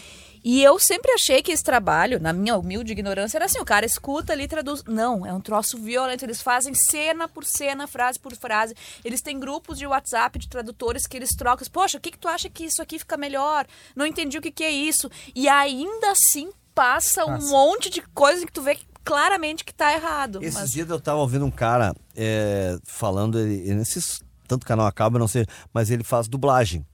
[SPEAKER 6] E eu sempre achei que esse trabalho, na minha humilde ignorância, era assim, o cara escuta ali e traduz. Não, é um troço violento, eles fazem cena por cena, frase por frase. Eles têm grupos de WhatsApp de tradutores que eles trocam. Poxa, o que, que tu acha que isso aqui fica melhor? Não entendi o que, que é isso. E ainda assim passa, um monte de coisa que tu vê claramente que tá errado.
[SPEAKER 3] Esses
[SPEAKER 6] Mas-
[SPEAKER 3] dias eu tava ouvindo um cara é, falando, ele, ele- nesses, tanto canal acaba, eu não sei, mas ele faz dublagem.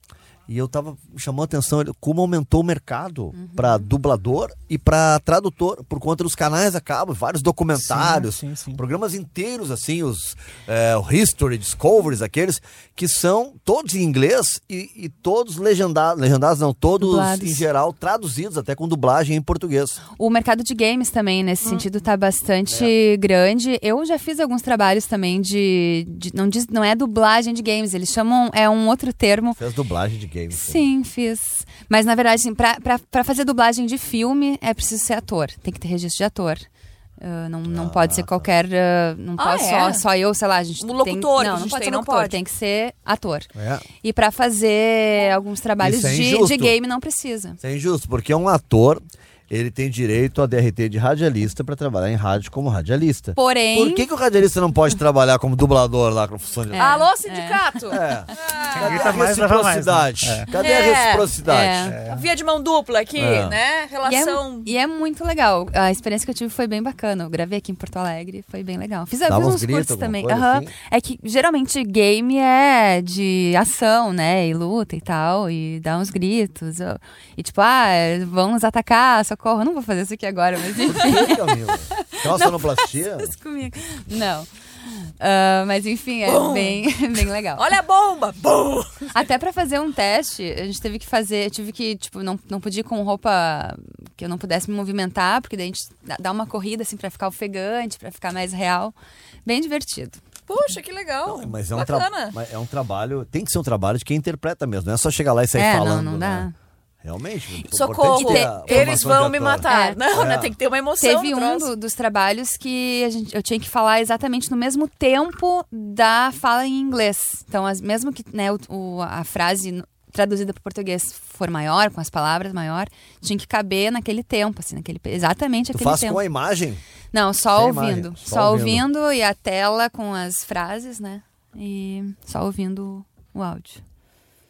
[SPEAKER 3] E eu tava me chamando a atenção ele- como aumentou o mercado pra para dublador e para tradutor, por conta dos canais a cabo, vários documentários,
[SPEAKER 5] Sim, sim, sim.
[SPEAKER 3] programas inteiros, assim, os é, o History, Discoveries, aqueles, que são todos em inglês e, e todos legendados, legendados não, todos
[SPEAKER 4] Dublados.
[SPEAKER 3] em geral traduzidos, até com dublagem em português.
[SPEAKER 4] O mercado de games também, nesse
[SPEAKER 6] Uhum.
[SPEAKER 4] sentido, tá bastante grande. Eu já fiz alguns trabalhos também de. de- não, diz, não é dublagem de games, eles chamam. É um outro termo.
[SPEAKER 3] Fez dublagem de games.
[SPEAKER 4] Sim, fiz. Mas na verdade, assim, pra, pra, pra fazer dublagem de filme é preciso ser ator. Tem que ter registro de ator. Ah, não, não pode
[SPEAKER 3] tá.
[SPEAKER 4] ser qualquer. ah, não
[SPEAKER 6] Ah,
[SPEAKER 4] pode
[SPEAKER 6] é?
[SPEAKER 4] só, só eu, sei lá, a gente.
[SPEAKER 6] Um
[SPEAKER 4] tem-
[SPEAKER 6] locutor que
[SPEAKER 4] não,
[SPEAKER 6] a gente
[SPEAKER 4] não pode
[SPEAKER 6] tem,
[SPEAKER 4] ser
[SPEAKER 6] não
[SPEAKER 4] locutor,
[SPEAKER 6] pode.
[SPEAKER 4] tem que ser ator.
[SPEAKER 3] É.
[SPEAKER 4] E pra fazer alguns trabalhos
[SPEAKER 3] Isso é
[SPEAKER 4] de, de
[SPEAKER 3] injusto.
[SPEAKER 4] game não precisa.
[SPEAKER 3] Isso é injusto, porque um ator, ele tem direito a DRT de radialista para trabalhar em rádio como radialista.
[SPEAKER 4] Porém.
[SPEAKER 3] Por que, que o radialista não pode trabalhar como dublador lá com função de... É.
[SPEAKER 6] Alô, sindicato! Ah.
[SPEAKER 3] Cadê a
[SPEAKER 5] Grita É. mais, leva mais, né?
[SPEAKER 3] reciprocidade? Cadê a
[SPEAKER 6] É.
[SPEAKER 3] reciprocidade?
[SPEAKER 5] É.
[SPEAKER 6] Via de mão dupla aqui,
[SPEAKER 3] É.
[SPEAKER 6] né?
[SPEAKER 4] E é,
[SPEAKER 6] Relação.
[SPEAKER 4] e é muito legal. A experiência que eu tive foi bem bacana. Eu gravei aqui em Porto Alegre, foi bem legal. Fiz, fiz
[SPEAKER 3] Dava uns
[SPEAKER 4] uns
[SPEAKER 3] gritos,
[SPEAKER 4] curtos
[SPEAKER 3] alguma
[SPEAKER 4] também.
[SPEAKER 3] coisa
[SPEAKER 4] Aham.
[SPEAKER 3] assim?
[SPEAKER 4] É que geralmente game é de ação, né? E luta e tal, e dá uns gritos. ó. E tipo, ah, vão nos atacar, socorro. Eu não vou fazer isso aqui agora, mas enfim.
[SPEAKER 3] Por que, Camila? Tem É uma sonoplastia?
[SPEAKER 4] comigo. Não. Ah, mas enfim, é bem, bem legal.
[SPEAKER 6] Olha a bomba! Bum!
[SPEAKER 4] Até pra fazer um teste, a gente teve que fazer, eu tive que, tipo, não, não podia ir com roupa que eu não pudesse me movimentar, porque daí a gente dá- dá uma corrida assim pra ficar ofegante, pra ficar mais real. Bem divertido.
[SPEAKER 6] Puxa, que legal.
[SPEAKER 3] Mas é, um tra-
[SPEAKER 6] Bacana.
[SPEAKER 3] mas é um trabalho, tem que ser um trabalho de quem interpreta mesmo, não é só chegar lá e sair
[SPEAKER 4] É, não,
[SPEAKER 3] falando.
[SPEAKER 4] não dá.
[SPEAKER 3] né? Realmente. é
[SPEAKER 6] Socorro.
[SPEAKER 3] importante ter a
[SPEAKER 6] Te- Eles
[SPEAKER 3] formação de
[SPEAKER 6] vão me
[SPEAKER 3] ator.
[SPEAKER 6] matar.
[SPEAKER 4] É.
[SPEAKER 6] Não, né?
[SPEAKER 3] É.
[SPEAKER 6] Tem que ter uma emoção.
[SPEAKER 4] Teve
[SPEAKER 6] no
[SPEAKER 4] um
[SPEAKER 6] troço.
[SPEAKER 4] do- dos trabalhos que a gente- eu tinha que falar exatamente no mesmo tempo da fala em inglês. Então, as- mesmo que né, o- o- a frase no- traduzida para português for maior, com as palavras maior, tinha que caber naquele tempo, assim, naquele, exatamente
[SPEAKER 3] Tu
[SPEAKER 4] aquele
[SPEAKER 3] faz
[SPEAKER 4] tempo.
[SPEAKER 3] com a imagem?
[SPEAKER 4] Não, só
[SPEAKER 3] Sem
[SPEAKER 4] ouvindo.
[SPEAKER 3] imagem, só
[SPEAKER 4] só ouvindo. e a tela com as frases, né? E só ouvindo o áudio.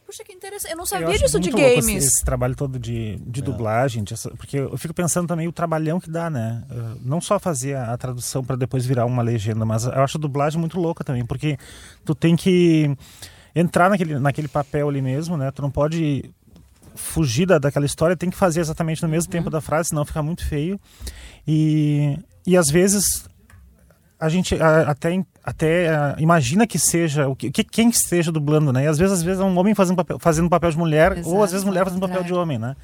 [SPEAKER 6] Puxa, que interessante. Eu não
[SPEAKER 5] Eu
[SPEAKER 6] sabia
[SPEAKER 5] acho
[SPEAKER 6] disso de
[SPEAKER 5] muito louco esse-
[SPEAKER 6] games.
[SPEAKER 5] Esse, trabalho todo de,
[SPEAKER 3] É.
[SPEAKER 5] de dublagem, de essa- porque eu fico pensando também o trabalhão que dá, né? Uh, Não só fazer a a tradução para depois virar uma legenda, mas eu acho a dublagem muito louca também, porque tu tem que entrar naquele, naquele papel ali mesmo, né? Tu não pode fugir da, daquela história, tem que fazer exatamente no
[SPEAKER 4] Uhum.
[SPEAKER 5] mesmo tempo da frase, senão fica muito feio. E, e às vezes a gente a- até, até ah, imagina que seja o que, que- quem que esteja dublando, né? E às vezes, às vezes é um homem fazendo papel, fazendo papel de mulher, ou
[SPEAKER 4] Exato,
[SPEAKER 5] às vezes mulher
[SPEAKER 4] ao
[SPEAKER 5] fazendo papel de
[SPEAKER 4] contrário.
[SPEAKER 5] homem, né?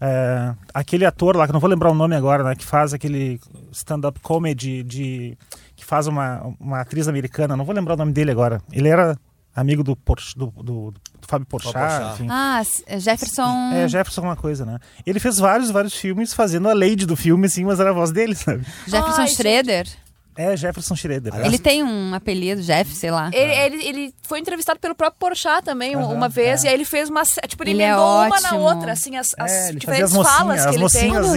[SPEAKER 5] É, aquele ator lá, que eu não vou lembrar o nome agora, né? Que faz aquele stand-up comedy de. que faz uma, uma atriz americana, não vou lembrar o nome dele agora. Ele era amigo do, Porch- do, do, do Fábio Porchat,
[SPEAKER 3] Porchat.
[SPEAKER 5] enfim.
[SPEAKER 4] Ah, s- é Jefferson.
[SPEAKER 5] É, Jefferson alguma coisa, né? Ele fez vários, vários filmes fazendo a lady do filme, assim, mas era a voz dele, sabe?
[SPEAKER 4] Jefferson
[SPEAKER 6] Ai,
[SPEAKER 4] Schroeder.
[SPEAKER 5] É Jefferson Schroeder.
[SPEAKER 4] Ele tem um apelido, Jeff, sei lá.
[SPEAKER 6] Ele, ele, ele foi entrevistado pelo próprio Porchat também um-
[SPEAKER 5] É. Aham,
[SPEAKER 6] uma vez,
[SPEAKER 5] é.
[SPEAKER 6] e aí ele fez uma. sé- Tipo, ele,
[SPEAKER 4] Ele é
[SPEAKER 6] emendou uma na
[SPEAKER 4] ótimo.
[SPEAKER 6] outra, assim, as, as
[SPEAKER 5] É, ele fazia
[SPEAKER 6] diferentes
[SPEAKER 5] as mocinhas,
[SPEAKER 6] falas que
[SPEAKER 5] as
[SPEAKER 6] ele
[SPEAKER 5] mocinhas
[SPEAKER 4] Oh, meu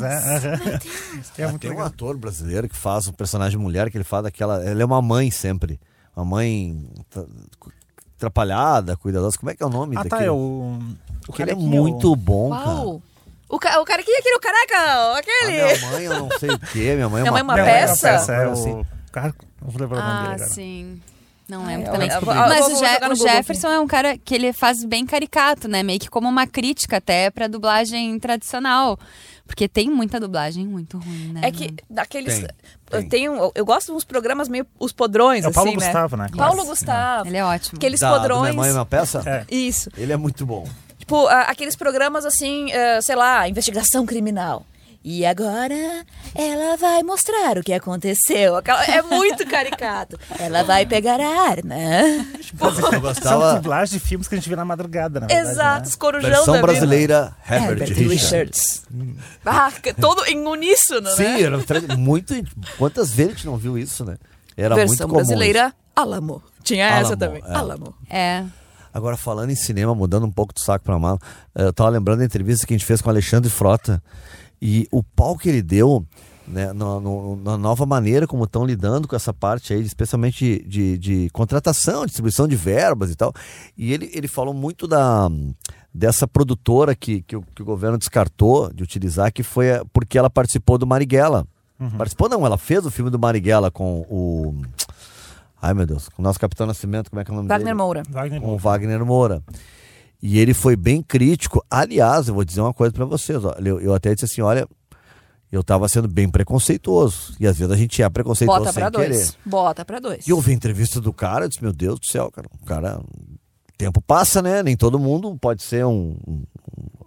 [SPEAKER 4] Deus!
[SPEAKER 5] né? É muito
[SPEAKER 3] Tem um
[SPEAKER 5] legal.
[SPEAKER 3] ator brasileiro que faz um personagem mulher que ele faz daquela. Ela é uma mãe sempre. Uma mãe tra- atrapalhada, cuidadosa. Como é que é o nome
[SPEAKER 5] Ah,
[SPEAKER 3] daquele?
[SPEAKER 5] tá, é o... o
[SPEAKER 3] Porque ele é
[SPEAKER 5] carequinha, o-
[SPEAKER 3] muito bom,
[SPEAKER 6] tem.
[SPEAKER 3] cara.
[SPEAKER 6] Uau! O, ca, o cara que aquele, o careca,
[SPEAKER 3] A
[SPEAKER 6] aquele.
[SPEAKER 5] Ah,
[SPEAKER 3] minha mãe, eu não sei o quê. Minha mãe é
[SPEAKER 6] é.
[SPEAKER 3] uma,
[SPEAKER 6] Minha mãe é uma
[SPEAKER 5] Não, é
[SPEAKER 6] peça?
[SPEAKER 5] uma peça, é
[SPEAKER 3] Assim.
[SPEAKER 5] o... Cara, não vou lembrar o nome
[SPEAKER 4] Ah,
[SPEAKER 5] dele é agora.
[SPEAKER 4] sim. Não lembro
[SPEAKER 6] eu
[SPEAKER 4] também.
[SPEAKER 6] vou- eu vou- eu
[SPEAKER 4] Mas
[SPEAKER 6] vou
[SPEAKER 4] o, Je-
[SPEAKER 6] jogar no
[SPEAKER 4] o
[SPEAKER 6] Google aqui.
[SPEAKER 4] Jefferson é um cara que ele faz bem caricato, né? Meio que como uma crítica até pra dublagem tradicional. Porque tem muita dublagem muito ruim, né?
[SPEAKER 6] É que daqueles.
[SPEAKER 3] Tem,
[SPEAKER 6] eu
[SPEAKER 3] tem.
[SPEAKER 6] tenho- eu- eu gosto de uns programas meio os podrões,
[SPEAKER 5] É o Paulo
[SPEAKER 6] assim,
[SPEAKER 5] Gustavo, né?
[SPEAKER 6] né? Paulo
[SPEAKER 5] Claro.
[SPEAKER 6] Gustavo.
[SPEAKER 4] Ele é ótimo.
[SPEAKER 6] Aqueles
[SPEAKER 3] Da- do
[SPEAKER 6] podrões.
[SPEAKER 3] Minha mãe é uma peça?
[SPEAKER 5] É.
[SPEAKER 6] Isso.
[SPEAKER 3] Ele é muito bom.
[SPEAKER 6] Tipo, a- aqueles programas assim, eh, sei lá, investigação criminal. E agora ela vai mostrar o que aconteceu. Aquela- É muito caricato. Ela vai pegar a arma. Tipo,
[SPEAKER 3] Eu
[SPEAKER 5] São
[SPEAKER 3] gostava.
[SPEAKER 5] dublagens de filmes que a gente vê na madrugada, na verdade,
[SPEAKER 6] exato, os
[SPEAKER 5] né?
[SPEAKER 6] corujão
[SPEAKER 3] Versão
[SPEAKER 6] da vida. É,
[SPEAKER 3] brasileira, Herbert Richard.
[SPEAKER 6] Herbert
[SPEAKER 3] Hum.
[SPEAKER 6] Richards. Ah, que- todo em uníssono,
[SPEAKER 3] Sim,
[SPEAKER 6] né?
[SPEAKER 3] era um tre- muito. Quantas vezes a gente não viu isso, né? Era muito
[SPEAKER 6] Versão
[SPEAKER 3] comum. isso.
[SPEAKER 6] brasileira, Alamo. Tinha essa
[SPEAKER 3] Alamo,
[SPEAKER 6] também.
[SPEAKER 3] é.
[SPEAKER 6] Alamo.
[SPEAKER 4] É.
[SPEAKER 3] Agora, falando em cinema, mudando um pouco do saco pra mala, eh, eu tava lembrando da entrevista que a gente fez com o Alexandre Frota e o pau que ele deu né, no- no- na nova maneira como estão lidando com essa parte aí, especialmente de, de, de contratação, distribuição de verbas e tal. E ele, ele falou muito da dessa produtora que, que, o, que o governo descartou de utilizar, que foi a- porque ela participou do Marighella. Participou não, ela fez o filme do Marighella com o... Ai meu Deus, com o nosso Capitão Nascimento, como é que é o nome
[SPEAKER 6] Wagner
[SPEAKER 3] dele?
[SPEAKER 6] Moura.
[SPEAKER 5] Wagner
[SPEAKER 3] com o Wagner Moura. E ele foi bem crítico. Aliás, eu vou dizer uma coisa pra vocês. ó. Eu, eu até disse assim: olha, eu tava sendo bem preconceituoso. E às vezes a gente é preconceituoso
[SPEAKER 6] Bota
[SPEAKER 3] sem
[SPEAKER 6] pra dois.
[SPEAKER 3] querer.
[SPEAKER 6] Bota pra dois.
[SPEAKER 3] E eu vi a entrevista do cara, eu disse: meu Deus do céu, cara. O cara. O tempo passa, né? Nem todo mundo pode ser um. um-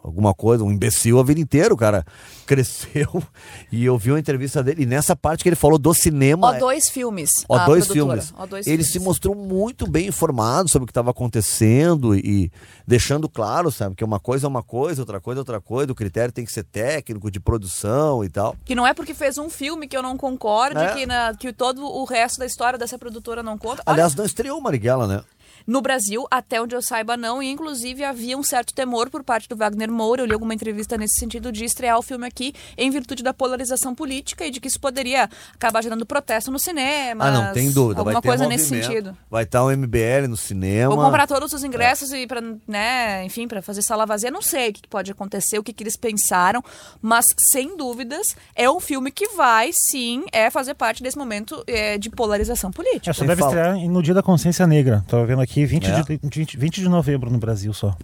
[SPEAKER 3] Alguma coisa, um imbecil a vida inteira, o cara cresceu. E eu vi uma entrevista dele, e nessa parte que ele falou do cinema.
[SPEAKER 6] Ó, dois filmes.
[SPEAKER 3] Ó,
[SPEAKER 6] a
[SPEAKER 3] dois
[SPEAKER 6] produtora.
[SPEAKER 3] filmes.
[SPEAKER 6] Ó, dois
[SPEAKER 3] ele
[SPEAKER 6] filmes.
[SPEAKER 3] se mostrou muito bem informado sobre o que estava acontecendo e, e deixando claro, sabe, que uma coisa é uma coisa, outra coisa é outra coisa, o critério tem que ser técnico, de produção e tal.
[SPEAKER 6] Que não é porque fez um filme que eu não concorde,
[SPEAKER 3] É.
[SPEAKER 6] que, na- que todo o resto da história dessa produtora não conta. Olha,
[SPEAKER 3] Aliás, não estreou Marighella, né?
[SPEAKER 6] no Brasil, até onde eu saiba, não. E, inclusive, havia um certo temor por parte do Wagner Moura. Eu li alguma entrevista nesse sentido de estrear o filme aqui em virtude da polarização política e de que isso poderia acabar gerando protesto no cinema.
[SPEAKER 3] ah, não, tem dúvida.
[SPEAKER 6] Alguma
[SPEAKER 3] vai ter
[SPEAKER 6] coisa
[SPEAKER 3] um
[SPEAKER 6] nesse
[SPEAKER 3] movimento,
[SPEAKER 6] sentido.
[SPEAKER 3] Vai estar um o MBL no
[SPEAKER 5] É
[SPEAKER 3] cinema.
[SPEAKER 6] Ou comprar todos os ingressos e para, né, enfim, para fazer sala vazia, não sei o que que pode acontecer, o que, que eles pensaram, mas sem dúvidas é um filme que vai sim é fazer parte desse momento é, de polarização política.
[SPEAKER 5] É, só
[SPEAKER 3] Quem
[SPEAKER 5] deve
[SPEAKER 3] fala?
[SPEAKER 5] estrear em- no Dia da Consciência Negra. Tô vendo aqui, 20,
[SPEAKER 3] É.
[SPEAKER 5] de, 20, 20 de novembro no Brasil só.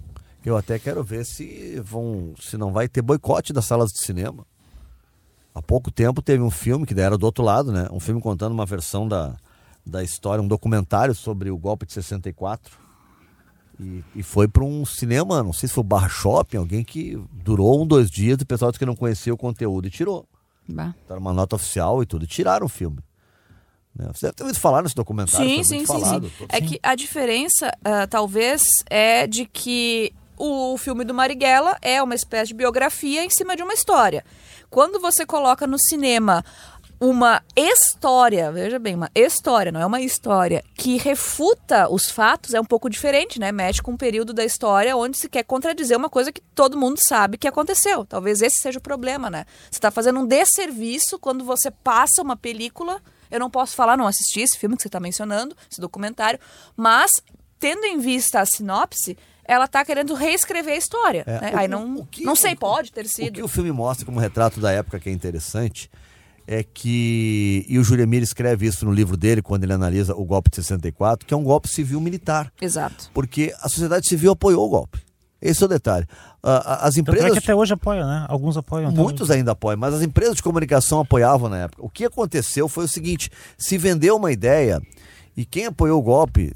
[SPEAKER 3] Eu até quero ver se vão, se não vai ter boicote das salas de cinema. Há pouco tempo teve um filme que daí era do outro lado, né? Um filme contando uma versão da, da história, um documentário sobre o golpe de 64. E, e foi para um cinema, não sei se foi o Barra Shopping, alguém que durou um, dois dias, o pessoal disse que não conhecia o conteúdo e tirou.
[SPEAKER 4] Bah.
[SPEAKER 3] Era uma nota oficial e tudo, e tiraram o filme. Né? Você deve ter ouvido falar nesse documentário, foi muito falado.
[SPEAKER 6] É que a diferença, ah, talvez, é de que o filme do Marighella é uma espécie de biografia em cima de uma história. Quando você coloca no cinema uma história, veja bem, uma história, não é uma história, que refuta os fatos, é um pouco diferente, né? Mexe com um período da história onde se quer contradizer uma coisa que todo mundo sabe que aconteceu. Talvez esse seja o problema, né? Você está fazendo um desserviço quando você passa uma película eu não posso falar, não assisti esse filme que você está mencionando, esse documentário, mas tendo em vista a sinopse, ela está querendo reescrever a história.
[SPEAKER 3] É,
[SPEAKER 6] né?
[SPEAKER 3] o-
[SPEAKER 6] Aí
[SPEAKER 3] o
[SPEAKER 6] não,
[SPEAKER 3] que-
[SPEAKER 6] não sei,
[SPEAKER 3] o-
[SPEAKER 6] pode ter
[SPEAKER 3] O que
[SPEAKER 6] sido.
[SPEAKER 3] o filme mostra como retrato da época que é interessante é que. E o Juremir escreve isso no livro dele, quando ele analisa o golpe de 64, que é um golpe civil-militar.
[SPEAKER 6] Exato.
[SPEAKER 3] Porque a sociedade civil apoiou o golpe. Esse é o detalhe. Ah, ah, as
[SPEAKER 5] Tanto é
[SPEAKER 3] empresas.
[SPEAKER 5] que até hoje apoia, né? Alguns apoiam. até
[SPEAKER 3] Muitos ainda apoiam, mas as empresas de comunicação apoiavam na época. O que aconteceu foi o seguinte: se vendeu uma ideia e quem apoiou o golpe,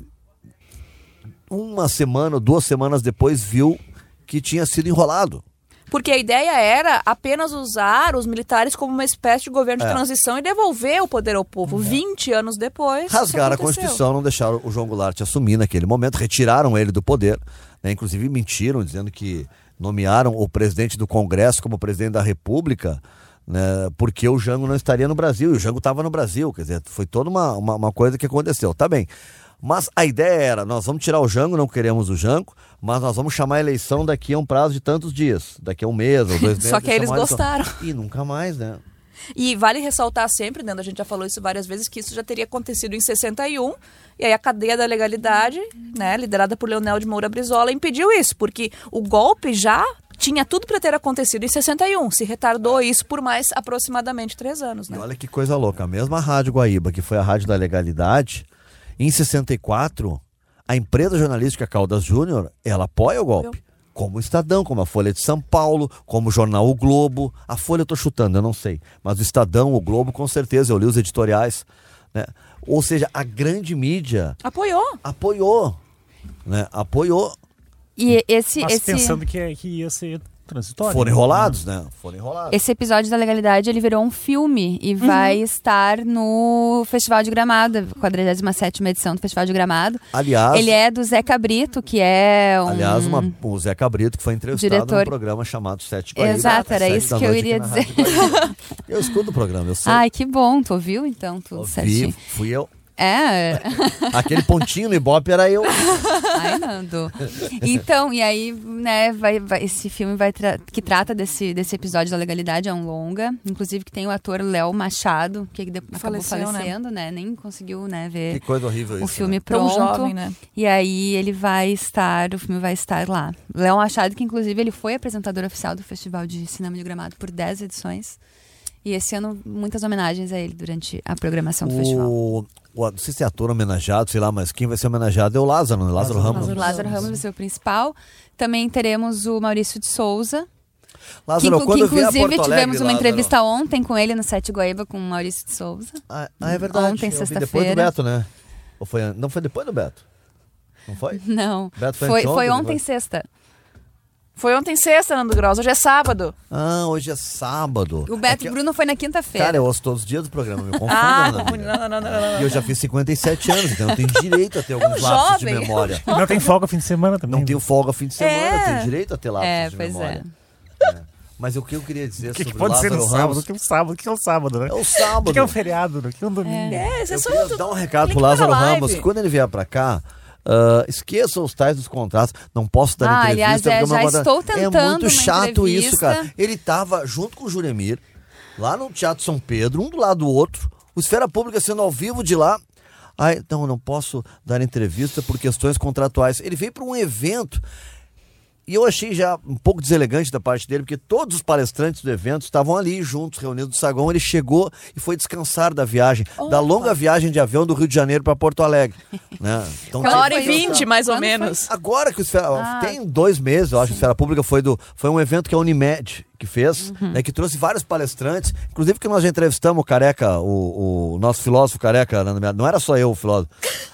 [SPEAKER 3] uma semana ou duas semanas depois, viu que tinha sido enrolado.
[SPEAKER 6] Porque a ideia era apenas usar os militares como uma espécie de governo de
[SPEAKER 3] É.
[SPEAKER 6] transição e devolver o poder ao povo. 20 anos depois. isso
[SPEAKER 3] Rasgaram a
[SPEAKER 6] aconteceu.
[SPEAKER 3] Constituição, não deixaram o João Goulart assumir naquele momento, retiraram ele do poder, né? inclusive mentiram, dizendo que nomearam o presidente do Congresso como presidente da República, né? porque o Jango não estaria no Brasil, e o Jango estava no Brasil, quer dizer, foi toda uma, uma, uma coisa que aconteceu, tá bem. Mas a ideia era, nós vamos tirar o Jango, não queremos o Jango, mas nós vamos chamar a eleição daqui a um prazo de tantos dias, daqui a um mês ou dois meses.
[SPEAKER 6] Só que aí eles
[SPEAKER 3] chamar a eleição.
[SPEAKER 6] gostaram.
[SPEAKER 3] E nunca mais, né?
[SPEAKER 6] E vale ressaltar sempre, Nando, a gente já falou isso várias vezes, que isso já teria acontecido em 61. E aí a cadeia da legalidade, né, liderada por Leonel de Moura Brizola, impediu isso, porque o golpe já tinha tudo para ter acontecido em 61. Se retardou isso por mais aproximadamente três anos,
[SPEAKER 3] E
[SPEAKER 6] né?
[SPEAKER 3] olha que coisa louca, a mesma Rádio Guaíba, que foi a rádio da legalidade, em 64, a empresa jornalística Caldas Júnior, ela apoia o golpe. Como o Estadão, como a Folha de São Paulo, como o jornal O Globo. A Folha eu tô chutando, eu não sei. Mas o Estadão, o Globo, com certeza, eu li os editoriais. Né? Ou seja, a grande mídia
[SPEAKER 6] Apoiou.
[SPEAKER 3] apoiou. Né? Apoiou.
[SPEAKER 4] E esse,
[SPEAKER 5] Mas
[SPEAKER 4] esse,
[SPEAKER 5] pensando que, que ia ser transitório.
[SPEAKER 3] Foram
[SPEAKER 5] né?
[SPEAKER 3] enrolados, né? Foram enrolados.
[SPEAKER 4] esse episódio da legalidade ele virou um filme e
[SPEAKER 3] Uhum.
[SPEAKER 4] vai estar no Festival de Gramado, 47 edição do Festival de Gramado.
[SPEAKER 3] Aliás,
[SPEAKER 4] Ele é do Zé Cabrito, que é um.
[SPEAKER 3] aliás uma, o Zé Cabrito, que foi entrevistado num
[SPEAKER 4] Diretor.
[SPEAKER 3] programa chamado Sete Guaíba.
[SPEAKER 4] Exato, era
[SPEAKER 3] um sete
[SPEAKER 4] isso
[SPEAKER 3] da
[SPEAKER 4] que eu
[SPEAKER 3] noite
[SPEAKER 4] iria
[SPEAKER 3] aqui na Rádio Guaíba. eu escuto o programa, eu sei.
[SPEAKER 4] Ai, que bom, tu ouviu então tudo
[SPEAKER 3] Ouvi,
[SPEAKER 4] certinho.
[SPEAKER 3] fui eu.
[SPEAKER 4] É.
[SPEAKER 3] Aquele pontinho no Ibope era eu.
[SPEAKER 4] Ai, Nando. Então, e aí, né, vai, vai- esse filme vai tra- que trata desse, desse episódio da legalidade, é um longa. Inclusive que tem o ator Léo Machado, que de- acabou
[SPEAKER 6] Faleceu, né?
[SPEAKER 4] falecendo, né? Nem conseguiu, né, ver
[SPEAKER 3] Que coisa horrível isso.
[SPEAKER 4] o filme
[SPEAKER 3] né?
[SPEAKER 6] Tão
[SPEAKER 4] pronto.
[SPEAKER 6] jovem, né?
[SPEAKER 4] E aí ele vai estar, o filme vai estar lá. Léo Machado, que inclusive ele foi apresentador oficial do Festival de Cinema de Gramado por 10 edições. E esse ano, muitas homenagens a ele durante a programação do um festival.
[SPEAKER 3] O, o, não sei se é ator homenageado, sei lá, mas quem vai ser homenageado é o Lázaro, né? Lázaro Ramos.
[SPEAKER 4] Mas o Lázaro Ramos vai ser o principal. Também teremos o Maurício de Souza, Que,
[SPEAKER 3] Lázaro,
[SPEAKER 4] inclu-
[SPEAKER 3] quando
[SPEAKER 4] que,
[SPEAKER 3] vier a
[SPEAKER 4] inclusive
[SPEAKER 3] Porto
[SPEAKER 4] tivemos
[SPEAKER 3] Alegre,
[SPEAKER 4] uma
[SPEAKER 3] Lázaro.
[SPEAKER 4] entrevista ontem com ele no Sete Guaíba com o Maurício de Souza.
[SPEAKER 3] Ah, ah, é verdade.
[SPEAKER 4] ontem,
[SPEAKER 3] eu vi Depois do
[SPEAKER 4] sexta-feira.
[SPEAKER 3] Beto, né? Ou foi, an- não foi depois do Beto? Não foi?
[SPEAKER 4] Não.
[SPEAKER 3] Beto foi
[SPEAKER 4] foi,
[SPEAKER 3] anteontem,
[SPEAKER 4] foi
[SPEAKER 3] não
[SPEAKER 4] ontem,
[SPEAKER 3] foi?
[SPEAKER 4] sexta.
[SPEAKER 6] Foi ontem sexta, Nando Gross. Hoje é sábado.
[SPEAKER 3] Ah, hoje é sábado.
[SPEAKER 4] O Beto
[SPEAKER 3] É
[SPEAKER 4] e
[SPEAKER 3] que-
[SPEAKER 4] Bruno foi na quinta-feira.
[SPEAKER 3] Cara, eu ouço todos os dias do programa, me confundo.
[SPEAKER 6] Ah,
[SPEAKER 3] né,
[SPEAKER 6] confundi.
[SPEAKER 3] amiga?
[SPEAKER 6] Não, não, não, não, não.
[SPEAKER 3] E eu já fiz 57 anos, então eu tenho direito a ter alguns lapsos de
[SPEAKER 6] jovem, é um
[SPEAKER 3] memória.
[SPEAKER 5] E Não tem folga fim de semana também. né?
[SPEAKER 3] Não tenho folga fim de semana,
[SPEAKER 6] É.
[SPEAKER 3] eu tenho direito a ter lapsos
[SPEAKER 4] É,
[SPEAKER 3] de
[SPEAKER 4] pois
[SPEAKER 3] memória.
[SPEAKER 4] é.
[SPEAKER 3] Mas o que eu queria dizer
[SPEAKER 5] O que, que
[SPEAKER 3] sobre o
[SPEAKER 5] pode ser
[SPEAKER 3] Lázaro
[SPEAKER 5] no sábado? O
[SPEAKER 3] Ramos
[SPEAKER 5] que é um sábado? O que é um sábado, né?
[SPEAKER 3] é o
[SPEAKER 5] O que
[SPEAKER 3] sábado.
[SPEAKER 5] que é um feriado? né? O que é um domingo?
[SPEAKER 6] É, esse é
[SPEAKER 3] eu
[SPEAKER 6] só
[SPEAKER 3] queria
[SPEAKER 6] outro-
[SPEAKER 3] dar um recado
[SPEAKER 6] link
[SPEAKER 3] pro
[SPEAKER 6] pra
[SPEAKER 3] Lázaro
[SPEAKER 6] live.
[SPEAKER 3] Ramos, que quando ele vier pra cá, ah, esqueçam os tais dos contratos. Não posso dar
[SPEAKER 4] Ah,
[SPEAKER 3] entrevista.
[SPEAKER 4] aliás, é,
[SPEAKER 3] porque eu
[SPEAKER 4] já
[SPEAKER 3] vou dar-
[SPEAKER 4] estou
[SPEAKER 3] É
[SPEAKER 4] tentando
[SPEAKER 3] muito
[SPEAKER 4] uma
[SPEAKER 3] chato isso, cara.
[SPEAKER 4] entrevista.
[SPEAKER 3] Ele tava junto com o Juremir, lá no Teatro São Pedro, um do lado do outro, o Esfera Pública sendo ao vivo de lá. Ai, então, não posso dar entrevista por questões contratuais. Ele veio para um evento e eu achei já um pouco deselegante da parte dele, porque todos os palestrantes do evento estavam ali juntos, reunidos no saguão. Ele chegou e foi descansar da viagem, da longa viagem de avião do Rio de Janeiro para Porto Alegre. né? Então, tem-
[SPEAKER 4] Aquela
[SPEAKER 6] Uma hora e
[SPEAKER 4] Quando foi isso?
[SPEAKER 6] vinte, Ah. mais ou
[SPEAKER 4] Quando foi?
[SPEAKER 6] menos.
[SPEAKER 3] Agora que o Esfera, tem dois meses, eu acho, que o Esfera Pública foi do foi um evento que a Unimed que fez,
[SPEAKER 6] Uhum.
[SPEAKER 3] né, que trouxe vários palestrantes, inclusive que nós já entrevistamos o Careca, o, o nosso filósofo Careca, Nanda Meada. não era só eu o filósofo.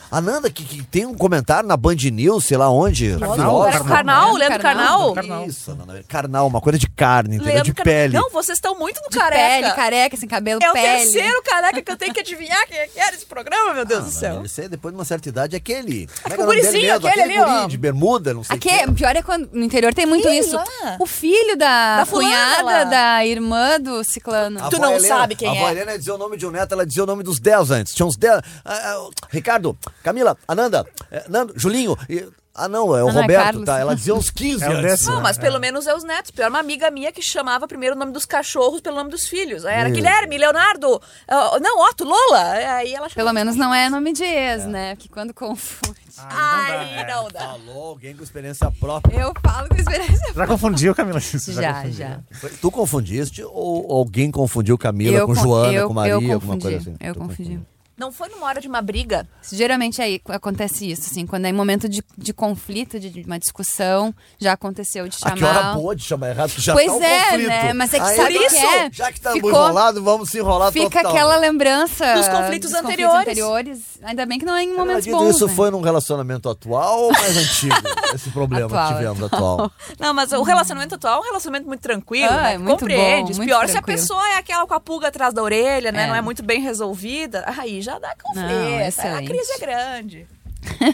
[SPEAKER 3] A Nanda, que, que tem um comentário na Band News, sei lá onde.
[SPEAKER 5] Filósofo?
[SPEAKER 6] Era o Carnal, Leandro Carnal.
[SPEAKER 5] Carnal.
[SPEAKER 3] Isso, Nanda Meada. Carnal, uma coisa de carne, entendeu?
[SPEAKER 6] Leandro
[SPEAKER 3] de
[SPEAKER 6] Carnal.
[SPEAKER 3] pele.
[SPEAKER 6] Não, vocês estão muito no
[SPEAKER 4] De
[SPEAKER 6] careca.
[SPEAKER 4] pele, careca, sem cabelo,
[SPEAKER 6] É o
[SPEAKER 4] pele.
[SPEAKER 6] terceiro careca que eu tenho que adivinhar quem é que era esse programa, meu
[SPEAKER 3] Ah,
[SPEAKER 6] Deus do céu.
[SPEAKER 3] Esse aí, depois de uma certa idade, é aquele. Como é que é
[SPEAKER 6] o
[SPEAKER 3] o nome dele
[SPEAKER 6] gurizinho,
[SPEAKER 3] mesmo?
[SPEAKER 6] aquele ali,
[SPEAKER 3] guri
[SPEAKER 6] ó.
[SPEAKER 3] de bermuda, não sei
[SPEAKER 4] Aqui,
[SPEAKER 3] quem.
[SPEAKER 4] pior é quando no interior tem muito
[SPEAKER 6] Ih,
[SPEAKER 4] isso.
[SPEAKER 6] lá.
[SPEAKER 4] O filho da,
[SPEAKER 6] Da fulana
[SPEAKER 4] cunhada,
[SPEAKER 6] lá.
[SPEAKER 4] da irmã do ciclano.
[SPEAKER 3] A
[SPEAKER 6] Tu
[SPEAKER 3] avó
[SPEAKER 6] não sabe quem
[SPEAKER 3] a
[SPEAKER 6] é.
[SPEAKER 3] A Helena dizia o nome de um neto, ela dizia o nome dos 10 antes. Tinha uns 10. ah, ah, Ricardo, Camila, Ananda, eh, Nando, Julinho. e- ah, não, é o
[SPEAKER 4] Ah, não, é
[SPEAKER 3] Roberto,
[SPEAKER 4] Carlos.
[SPEAKER 3] tá? Ela dizia uns 15
[SPEAKER 5] É o
[SPEAKER 3] antes.
[SPEAKER 5] décimo.
[SPEAKER 6] Não, mas pelo menos é os netos. Pior, uma amiga minha que chamava primeiro o nome dos cachorros pelo nome dos filhos. Aí Era
[SPEAKER 3] Meu
[SPEAKER 6] Guilherme, Leonardo, ah, não, Otto, Lola. Aí ela chamava.
[SPEAKER 4] Pelo menos não é nome de ex, né? Porque quando confunde.
[SPEAKER 6] Ai,
[SPEAKER 5] né?
[SPEAKER 6] não dá.
[SPEAKER 3] Falou alguém com experiência própria.
[SPEAKER 4] Eu falo com experiência.
[SPEAKER 5] Já confundiu, Camila?
[SPEAKER 4] Já,
[SPEAKER 5] confundiu.
[SPEAKER 4] já.
[SPEAKER 3] Foi- Tu confundiste ou alguém confundiu Camila com
[SPEAKER 4] con-
[SPEAKER 3] Joana,
[SPEAKER 4] eu-
[SPEAKER 3] com Maria,
[SPEAKER 4] eu
[SPEAKER 3] alguma
[SPEAKER 4] confundi,
[SPEAKER 3] coisa assim?
[SPEAKER 4] Eu
[SPEAKER 3] Tu
[SPEAKER 4] confundi.
[SPEAKER 6] Não foi numa hora de uma briga?
[SPEAKER 4] Geralmente aí acontece isso, assim, quando é em momento de, de conflito, de, de uma discussão, já aconteceu de
[SPEAKER 3] A Ah, que hora
[SPEAKER 4] chamar.
[SPEAKER 3] boa de chamar errado, que já
[SPEAKER 4] Pois
[SPEAKER 3] tá um
[SPEAKER 4] é,
[SPEAKER 3] conflito.
[SPEAKER 4] né? Mas é que
[SPEAKER 3] Aí,
[SPEAKER 4] sabe o que
[SPEAKER 3] isso,
[SPEAKER 4] é?
[SPEAKER 3] Já que estamos
[SPEAKER 4] Ficou-
[SPEAKER 3] enrolados, vamos se enrolar
[SPEAKER 4] Fica
[SPEAKER 3] total.
[SPEAKER 4] aquela lembrança
[SPEAKER 6] Dos conflitos anteriores.
[SPEAKER 4] anteriores. Ainda bem que não é em momentos
[SPEAKER 3] Acredito,
[SPEAKER 4] bons.
[SPEAKER 3] Isso
[SPEAKER 4] né?
[SPEAKER 3] foi num relacionamento atual ou mais antigo? Esse problema
[SPEAKER 4] Atual,
[SPEAKER 3] que tivemos atual.
[SPEAKER 6] Não, mas o relacionamento atual é um relacionamento muito tranquilo,
[SPEAKER 4] Ah,
[SPEAKER 6] né?
[SPEAKER 4] é muito
[SPEAKER 6] Compreende.
[SPEAKER 4] bom, muito
[SPEAKER 6] Pior se a
[SPEAKER 4] tranquilo.
[SPEAKER 6] pessoa é aquela com a pulga atrás da orelha, né?
[SPEAKER 4] É.
[SPEAKER 6] Não é muito bem resolvida. Aí já dá conflito.
[SPEAKER 4] Não,
[SPEAKER 6] a
[SPEAKER 4] excelente.
[SPEAKER 6] crise é grande.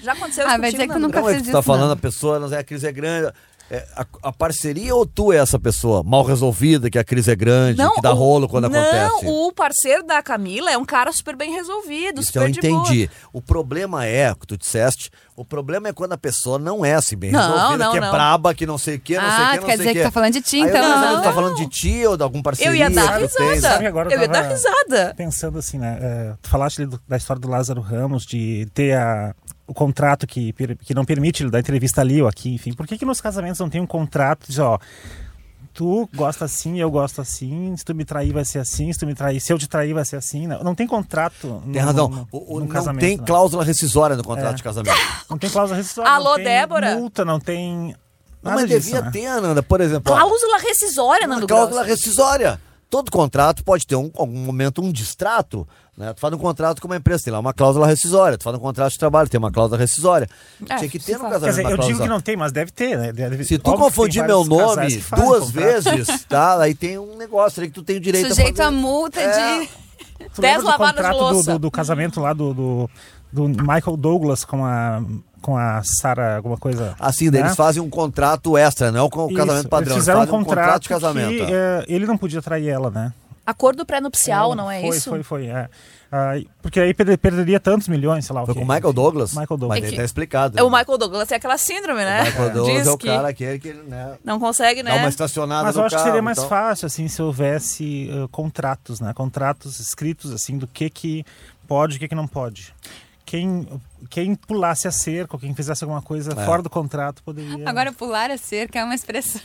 [SPEAKER 6] Já aconteceu
[SPEAKER 4] Ah, vai
[SPEAKER 6] isso contigo,
[SPEAKER 4] dizer que
[SPEAKER 6] Nando?
[SPEAKER 4] nunca
[SPEAKER 3] Não é que
[SPEAKER 4] fiz
[SPEAKER 3] tu tá
[SPEAKER 4] isso,
[SPEAKER 3] falando,
[SPEAKER 4] não.
[SPEAKER 3] a pessoa, não sei, a crise é grande. É, a, a parceria ou tu é essa pessoa mal resolvida, que a crise é grande, que dá
[SPEAKER 6] o-
[SPEAKER 3] rolo quando
[SPEAKER 6] não,
[SPEAKER 3] acontece?
[SPEAKER 6] o parceiro da Camila é um cara super bem resolvido,
[SPEAKER 3] Isso
[SPEAKER 6] super
[SPEAKER 3] eu
[SPEAKER 6] de boa.
[SPEAKER 3] entendi. O problema é, o que tu disseste, o problema é quando a pessoa não é assim bem
[SPEAKER 6] Não,
[SPEAKER 3] resolvida,
[SPEAKER 6] não,
[SPEAKER 3] que é
[SPEAKER 6] não.
[SPEAKER 3] braba, que não sei o que, não sei o
[SPEAKER 4] Ah,
[SPEAKER 3] que,
[SPEAKER 4] tu
[SPEAKER 3] não
[SPEAKER 4] quer
[SPEAKER 3] sei o
[SPEAKER 4] dizer que
[SPEAKER 3] quê.
[SPEAKER 4] tá falando de ti,
[SPEAKER 3] Aí eu
[SPEAKER 4] então.
[SPEAKER 3] não sei se tu tá
[SPEAKER 6] Não.
[SPEAKER 3] falando de ti ou de algum parceiro.
[SPEAKER 6] Eu ia dar
[SPEAKER 3] que tu tens.
[SPEAKER 5] Sabe que
[SPEAKER 6] risada.
[SPEAKER 5] agora eu
[SPEAKER 6] Eu ia dar
[SPEAKER 5] tava-
[SPEAKER 6] risada.
[SPEAKER 5] Pensando assim, né? é, tu falaste ali do- da história do Lázaro Ramos, de ter a- o contrato que, per- que não permite ele dar entrevista ali ou aqui, enfim. Por que, que nos casamentos não tem um contrato de, ó, tu gosta assim, eu gosto assim, se tu me trair vai ser assim, se tu me trair, se eu te trair vai ser assim. Não, não tem contrato.
[SPEAKER 3] Tem
[SPEAKER 5] no-
[SPEAKER 3] razão.
[SPEAKER 5] no-
[SPEAKER 3] O- o-
[SPEAKER 5] no
[SPEAKER 3] não
[SPEAKER 5] casamento,
[SPEAKER 3] tem
[SPEAKER 5] né?
[SPEAKER 3] cláusula rescisória no contrato
[SPEAKER 5] É.
[SPEAKER 3] de casamento.
[SPEAKER 5] Não tem cláusula rescisória. não
[SPEAKER 6] Alô,
[SPEAKER 5] tem
[SPEAKER 6] Débora?
[SPEAKER 5] Multa, não tem.
[SPEAKER 3] Não,
[SPEAKER 5] nada
[SPEAKER 3] mas
[SPEAKER 5] disso,
[SPEAKER 3] devia
[SPEAKER 5] né?
[SPEAKER 3] ter, Ananda, por exemplo. ó,
[SPEAKER 6] Cláusula rescisória,
[SPEAKER 3] uma
[SPEAKER 6] Nando
[SPEAKER 3] cláusula
[SPEAKER 6] Gross.
[SPEAKER 3] rescisória. Todo contrato pode ter um, algum momento um distrato, né? Tu faz um contrato com uma empresa, tem lá uma cláusula rescisória. Tu faz um contrato de trabalho, tem uma cláusula rescisória.
[SPEAKER 6] É,
[SPEAKER 3] Tinha que
[SPEAKER 6] se
[SPEAKER 3] ter no
[SPEAKER 6] faz.
[SPEAKER 3] casamento
[SPEAKER 5] Quer dizer,
[SPEAKER 3] uma
[SPEAKER 5] eu digo
[SPEAKER 3] cláusula.
[SPEAKER 5] que não tem, mas deve ter, né? Deve-
[SPEAKER 3] Se tu
[SPEAKER 5] óbvio que tem
[SPEAKER 3] confundir meu
[SPEAKER 5] vários casais
[SPEAKER 3] nome
[SPEAKER 5] que fazem
[SPEAKER 3] duas
[SPEAKER 5] contrato.
[SPEAKER 3] vezes, tá? Aí tem um negócio aí que tu tem o direito
[SPEAKER 4] Sujeito
[SPEAKER 3] a
[SPEAKER 4] à
[SPEAKER 3] fazer.
[SPEAKER 4] multa de.
[SPEAKER 5] Tu
[SPEAKER 6] Dez
[SPEAKER 5] lembra do
[SPEAKER 6] lavadas de
[SPEAKER 5] contrato do-
[SPEAKER 6] louça.
[SPEAKER 5] Do, do casamento lá do, do, do Michael Douglas com a, com a Sarah, alguma coisa.
[SPEAKER 3] Assim, daí
[SPEAKER 5] né?
[SPEAKER 3] eles fazem um contrato extra, não é o co-
[SPEAKER 5] Isso,
[SPEAKER 3] casamento padrão.
[SPEAKER 5] Eles fizeram um
[SPEAKER 3] fazem
[SPEAKER 5] contrato,
[SPEAKER 3] de casamento. é.
[SPEAKER 5] que
[SPEAKER 3] ó.
[SPEAKER 5] eh, ele não podia trair ela, né?
[SPEAKER 6] Acordo pré-nupcial, não é
[SPEAKER 5] foi,
[SPEAKER 6] isso?
[SPEAKER 5] Foi, foi, é. Ah, e- porque aí perde- perderia tantos milhões, sei lá. o
[SPEAKER 3] Foi
[SPEAKER 5] quê.
[SPEAKER 3] com o Michael Douglas?
[SPEAKER 5] Michael Douglas.
[SPEAKER 3] Mas
[SPEAKER 6] É
[SPEAKER 3] daí
[SPEAKER 6] que-
[SPEAKER 3] tá explicado.
[SPEAKER 6] É o
[SPEAKER 3] né?
[SPEAKER 6] Michael Douglas, é aquela síndrome, né?
[SPEAKER 3] Michael Douglas
[SPEAKER 6] Diz
[SPEAKER 3] é o
[SPEAKER 6] que
[SPEAKER 3] cara aquele que, né,
[SPEAKER 6] não consegue, né?
[SPEAKER 3] dá uma estacionada
[SPEAKER 5] Mas
[SPEAKER 3] no
[SPEAKER 5] eu acho que seria
[SPEAKER 3] carro,
[SPEAKER 5] mais
[SPEAKER 3] então.
[SPEAKER 5] fácil, assim, se houvesse eh, contratos, né? Contratos escritos, assim, do que que pode e o que que não pode. Quem, quem pulasse a cerca, ou quem fizesse alguma coisa
[SPEAKER 3] É.
[SPEAKER 5] fora do contrato, poderia...
[SPEAKER 4] Agora pular a cerca é uma expressão.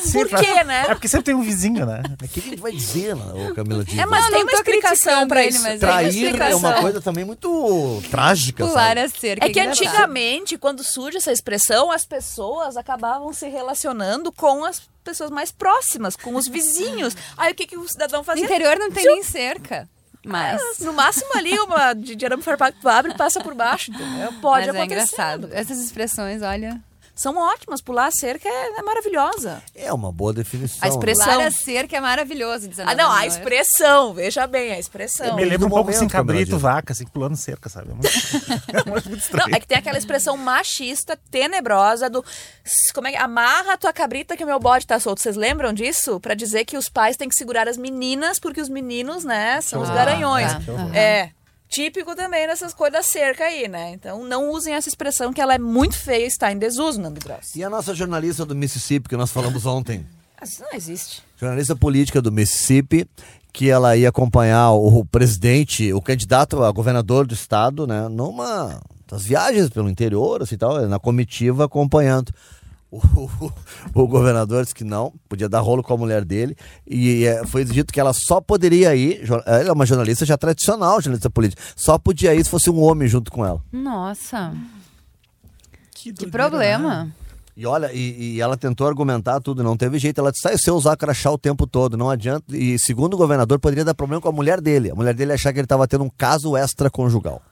[SPEAKER 5] Sim,
[SPEAKER 6] Por
[SPEAKER 5] pra-
[SPEAKER 6] quê, né?
[SPEAKER 5] É porque sempre tem um vizinho, né?
[SPEAKER 3] O que, que a gente vai dizer, né, ô Camila Dias?
[SPEAKER 6] É, mas
[SPEAKER 4] Não,
[SPEAKER 6] tem
[SPEAKER 4] não
[SPEAKER 6] uma
[SPEAKER 4] tô
[SPEAKER 6] explicação
[SPEAKER 4] criticando
[SPEAKER 6] pra
[SPEAKER 4] ele,
[SPEAKER 6] isso.
[SPEAKER 4] mas
[SPEAKER 6] tem uma
[SPEAKER 3] Trair é uma
[SPEAKER 6] explicação.
[SPEAKER 3] coisa também muito trágica,
[SPEAKER 4] Pular
[SPEAKER 3] sabe?
[SPEAKER 4] a cerca.
[SPEAKER 6] É que
[SPEAKER 4] engraçado.
[SPEAKER 6] antigamente, quando surge essa expressão, as pessoas acabavam se relacionando com as pessoas mais próximas, com os vizinhos. Aí o que, que o cidadão
[SPEAKER 4] No
[SPEAKER 6] fazia?
[SPEAKER 4] interior não tem nem cerca. Mas.
[SPEAKER 6] No máximo ali, uma de de arame farpado que tu abre e passa por baixo. entendeu? Pode
[SPEAKER 4] mas é
[SPEAKER 6] acontecer.
[SPEAKER 4] engraçado. Essas expressões, olha.
[SPEAKER 6] São ótimas, pular a cerca é, é maravilhosa.
[SPEAKER 3] É uma boa definição.
[SPEAKER 6] A expressão-
[SPEAKER 4] Pular a cerca é maravilhoso, 19
[SPEAKER 6] Ah, não, a
[SPEAKER 4] anos.
[SPEAKER 6] expressão, veja bem, a expressão.
[SPEAKER 5] Me lembra um
[SPEAKER 3] do
[SPEAKER 5] pouco assim,
[SPEAKER 3] momento, Camila
[SPEAKER 5] cabrito,
[SPEAKER 3] Dias.
[SPEAKER 5] vaca, assim, pulando cerca, sabe? É muito, é muito
[SPEAKER 6] Não,
[SPEAKER 5] estranho.
[SPEAKER 6] é que tem aquela expressão machista, tenebrosa, do. s- Como é que. Amarra a tua cabrita que o meu bode tá solto. Vocês lembram disso? Pra dizer que os pais têm que segurar as meninas, porque os meninos, né, são os
[SPEAKER 4] Ah,
[SPEAKER 6] garanhões.
[SPEAKER 4] tá. Uhum.
[SPEAKER 6] É. Típico também dessas coisas da cerca aí, né? Então não usem essa expressão que ela é muito feia e está em desuso, é Nando Gross.
[SPEAKER 3] E a nossa jornalista do Mississippi, que nós falamos ontem,
[SPEAKER 6] Ah, Isso não existe.
[SPEAKER 3] jornalista política do Mississippi, que ela ia acompanhar o presidente, o candidato a governador do estado, né, numa das viagens pelo interior, assim tal, na comitiva acompanhando. O, o- o governador disse que não, podia dar rolo com a mulher dele, e eh, foi dito que ela só poderia ir. jor- Ela é uma jornalista já tradicional, jornalista política, só podia ir se fosse um homem junto com ela.
[SPEAKER 4] Nossa, que
[SPEAKER 5] doideira, né?
[SPEAKER 4] problema.
[SPEAKER 3] E olha, e, e ela tentou argumentar tudo, não teve jeito. Ela disse, sai se eu usar crachá o tempo todo, não adianta. E segundo o governador, poderia dar problema com a mulher dele. A mulher dele achar que ele estava tendo um caso extraconjugal.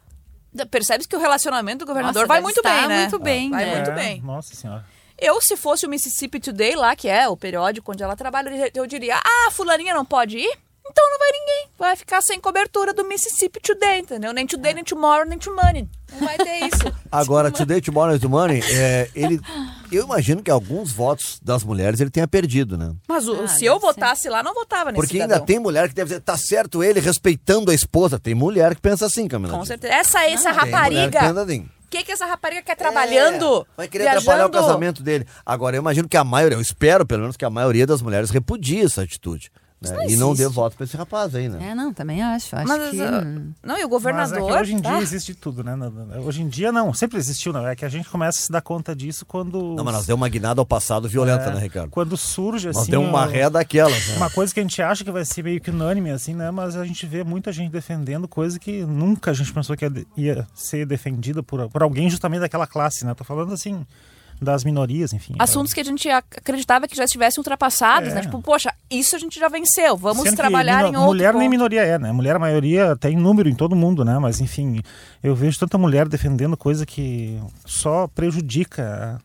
[SPEAKER 6] Percebes que o relacionamento do
[SPEAKER 4] Nossa,
[SPEAKER 6] governador vai
[SPEAKER 4] deve
[SPEAKER 6] muito bem,
[SPEAKER 4] estar
[SPEAKER 6] né?
[SPEAKER 4] muito bem,
[SPEAKER 6] vai
[SPEAKER 4] né?
[SPEAKER 6] muito
[SPEAKER 5] É,
[SPEAKER 6] bem.
[SPEAKER 5] Nossa senhora.
[SPEAKER 6] Eu, se fosse o Mississippi Today lá, que é o periódico onde ela trabalha, eu diria, ah, fulaninha não pode ir? Então não vai ninguém. Vai ficar sem cobertura do Mississippi Today, entendeu? Nem
[SPEAKER 4] É.
[SPEAKER 6] Today, nem Tomorrow, nem Tomorrow. Não vai ter isso.
[SPEAKER 3] Agora, Today, Tomorrow and Money, é, ele, eu imagino que alguns votos das mulheres ele tenha perdido, né?
[SPEAKER 6] Mas o-
[SPEAKER 4] Ah,
[SPEAKER 6] se eu
[SPEAKER 4] deve ser.
[SPEAKER 6] votasse lá, não votava nesse
[SPEAKER 3] Porque ainda
[SPEAKER 6] cidadão.
[SPEAKER 3] tem mulher que deve dizer, tá certo ele respeitando a esposa. Tem mulher que pensa assim, Camila.
[SPEAKER 6] Com
[SPEAKER 3] Dias.
[SPEAKER 6] certeza. Essa, essa
[SPEAKER 3] Tem mulher que pensa
[SPEAKER 6] rapariga.
[SPEAKER 3] assim.
[SPEAKER 6] O que, que essa rapariga quer trabalhando?
[SPEAKER 3] É, vai querer atrapalhar o
[SPEAKER 6] viajando?
[SPEAKER 3] casamento dele. Agora, eu imagino que a maioria, eu espero pelo menos que a maioria das mulheres repudie essa atitude. né?
[SPEAKER 6] não
[SPEAKER 3] E não
[SPEAKER 6] existe.
[SPEAKER 3] deu voto pra esse rapaz aí, né?
[SPEAKER 4] É, não, também acho. Acho
[SPEAKER 6] Mas,
[SPEAKER 4] que.
[SPEAKER 6] ah,
[SPEAKER 4] hum,
[SPEAKER 6] não, e o
[SPEAKER 5] Mas é
[SPEAKER 6] governador.
[SPEAKER 5] que hoje em dia
[SPEAKER 6] Ah,
[SPEAKER 5] existe tudo, né? Na- na- Hoje em dia não, sempre existiu, não. É que a gente começa a se dar conta disso quando. é,
[SPEAKER 3] Não, mas nós deu uma guinada ao passado violenta, né, Ricardo?
[SPEAKER 5] Quando surge assim.
[SPEAKER 3] Nós deu uma
[SPEAKER 5] o-
[SPEAKER 3] ré daquelas, né?
[SPEAKER 5] Uma coisa que a gente acha que vai ser meio que unânime, assim, né? Mas a gente vê muita gente defendendo coisa que nunca a gente pensou que ia, de- ia ser defendida por, por alguém justamente daquela classe, né? Tô falando assim, das minorias, enfim.
[SPEAKER 6] Assuntos que a gente ac- acreditava que já estivessem ultrapassados,
[SPEAKER 5] né? É.
[SPEAKER 6] né? Tipo, poxa, isso a gente já venceu, vamos
[SPEAKER 5] Sendo que
[SPEAKER 6] trabalhar
[SPEAKER 5] mino-
[SPEAKER 6] em outro
[SPEAKER 5] Mulher nem
[SPEAKER 6] ponto.
[SPEAKER 5] minoria é, né? Mulher, a maioria tem número em todo mundo, né? Mas, enfim, eu vejo tanta mulher defendendo coisa que só prejudica,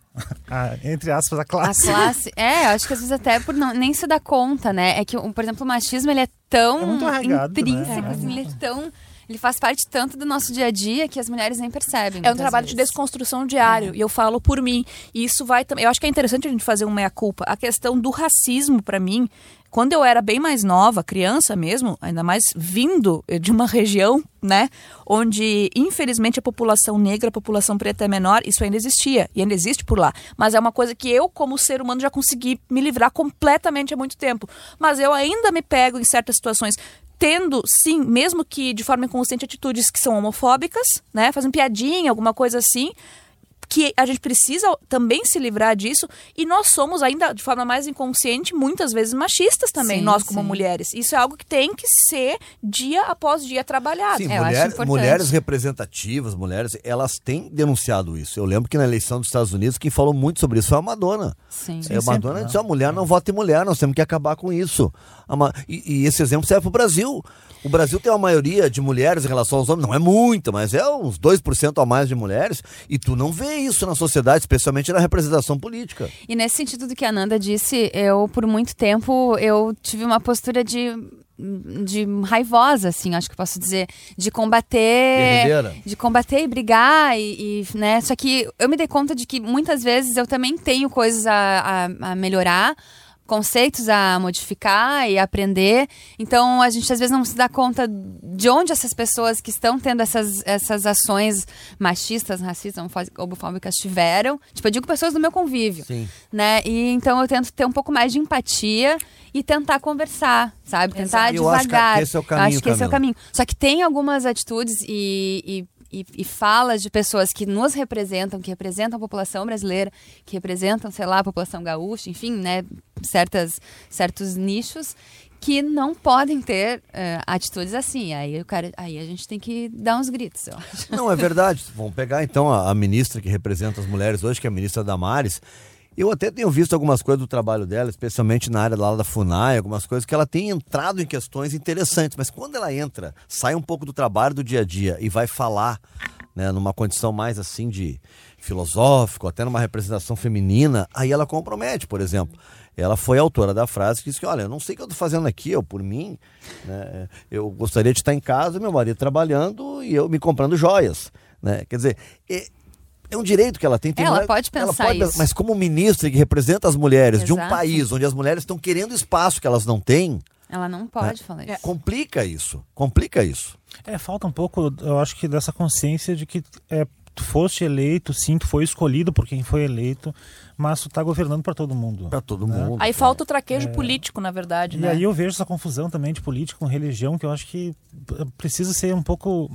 [SPEAKER 5] a- a- entre aspas, a
[SPEAKER 4] A
[SPEAKER 5] classe.
[SPEAKER 4] classe. É, acho que às vezes até por não, nem se dar conta, né? É que, o- por exemplo, o machismo ele é
[SPEAKER 5] É
[SPEAKER 4] tão
[SPEAKER 5] muito arraigado, né?
[SPEAKER 4] intrínseco,
[SPEAKER 5] É.
[SPEAKER 4] assim, ele é tão. Ele faz parte tanto do nosso dia a dia que as mulheres nem percebem.
[SPEAKER 6] É um
[SPEAKER 4] muitas
[SPEAKER 6] trabalho de
[SPEAKER 4] vezes. É.
[SPEAKER 6] desconstrução diário, e eu falo por mim. E isso vai também. Eu acho que é interessante a gente fazer uma meia-culpa. A questão do racismo, pra mim, quando eu era bem mais nova, criança mesmo, ainda mais vindo eh, de uma região, né, onde infelizmente a população negra, a população preta é menor, isso ainda existia e ainda existe por lá. Mas é uma coisa que eu, como ser humano, já consegui me livrar completamente há muito tempo. Mas eu ainda me pego em certas situações tendo, sim, mesmo que de forma inconsciente, atitudes que são homofóbicas, né? Fazendo piadinha, alguma coisa assim. Que a gente precisa também se livrar disso. E nós somos ainda, de forma mais inconsciente, muitas vezes machistas também,
[SPEAKER 4] Sim,
[SPEAKER 6] nós como
[SPEAKER 4] sim.
[SPEAKER 6] mulheres. Isso é algo que tem que ser dia após dia trabalhado.
[SPEAKER 3] Sim,
[SPEAKER 4] É, eu acho
[SPEAKER 3] mulher-
[SPEAKER 4] importante.
[SPEAKER 3] mulheres representativas, mulheres, elas têm denunciado isso. Eu lembro que na eleição dos Estados Unidos, quem falou muito sobre isso foi a Madonna.
[SPEAKER 4] Sim.
[SPEAKER 3] é, a Madonna disse, a mulher não vota em mulher, nós temos que acabar com isso. A ma- E, e esse exemplo serve para o Brasil. O Brasil tem uma maioria de mulheres em relação aos homens, não é muita, mas é uns 2% a mais de mulheres, e tu não vê isso na sociedade, especialmente na representação política.
[SPEAKER 4] E nesse sentido do que a Nanda disse, eu, por muito tempo, eu tive uma postura de, de raivosa, assim, acho que eu posso dizer, de combater...
[SPEAKER 3] Guerrilheira.
[SPEAKER 4] De combater e brigar, e, e, né, só que eu me dei conta de que muitas vezes eu também tenho coisas a, a, a melhorar, conceitos a modificar e aprender, então a gente às vezes não se dá conta de onde essas pessoas que estão tendo essas, essas ações machistas, racistas, homofó- homofóbicas tiveram, tipo, eu digo pessoas do meu convívio,
[SPEAKER 3] Sim.
[SPEAKER 4] né? E então eu tento ter um pouco mais de empatia e tentar conversar, sabe? Tentar
[SPEAKER 3] Eu acho que
[SPEAKER 4] devagar.
[SPEAKER 3] esse é o
[SPEAKER 4] Eu
[SPEAKER 3] caminho,
[SPEAKER 4] acho que esse é o
[SPEAKER 3] Camila.
[SPEAKER 4] caminho. Só que tem algumas atitudes e, e, e, e falas de pessoas que nos representam, que representam a população brasileira, que representam, sei lá, a população gaúcha, enfim, né? Certas, certos nichos que não podem ter eh, atitudes assim. Aí, o cara, aí a gente tem que dar uns gritos, eu acho.
[SPEAKER 3] Não, é verdade. Vamos pegar então a, a ministra que representa as mulheres hoje, que é a ministra Damares. Eu até tenho visto algumas coisas do trabalho dela, especialmente na área lá da FUNAI, algumas coisas que ela tem entrado em questões interessantes, mas quando ela entra, sai um pouco do trabalho do dia a dia e vai falar, né, numa condição mais assim de filosófico, até numa representação feminina, aí ela compromete, por exemplo. Ela foi a autora da frase que disse que, olha, eu não sei o que eu tô fazendo aqui, eu por mim, né, eu gostaria de estar em casa, meu marido trabalhando e eu me comprando joias, né? Quer dizer, é, é um direito que ela tem. tem
[SPEAKER 4] Ela
[SPEAKER 3] mulher-
[SPEAKER 4] pode pensar isso.
[SPEAKER 3] Mas como ministra que representa as mulheres de um
[SPEAKER 4] Exato.
[SPEAKER 3] país onde as mulheres estão querendo espaço que elas não têm,
[SPEAKER 4] Ela
[SPEAKER 3] É.
[SPEAKER 4] não pode falar isso.
[SPEAKER 3] complica isso, complica isso.
[SPEAKER 5] É, falta um pouco, eu acho que dessa consciência de que é, tu foste eleito, sim, tu foi escolhido por quem foi eleito, mas tu tá governando para todo mundo.
[SPEAKER 3] Pra todo mundo.
[SPEAKER 6] Aí falta o
[SPEAKER 3] É.
[SPEAKER 6] traquejo político, na verdade,
[SPEAKER 5] E
[SPEAKER 6] né?
[SPEAKER 5] aí eu vejo essa confusão também de política com religião, que eu acho que p- precisa ser um pouco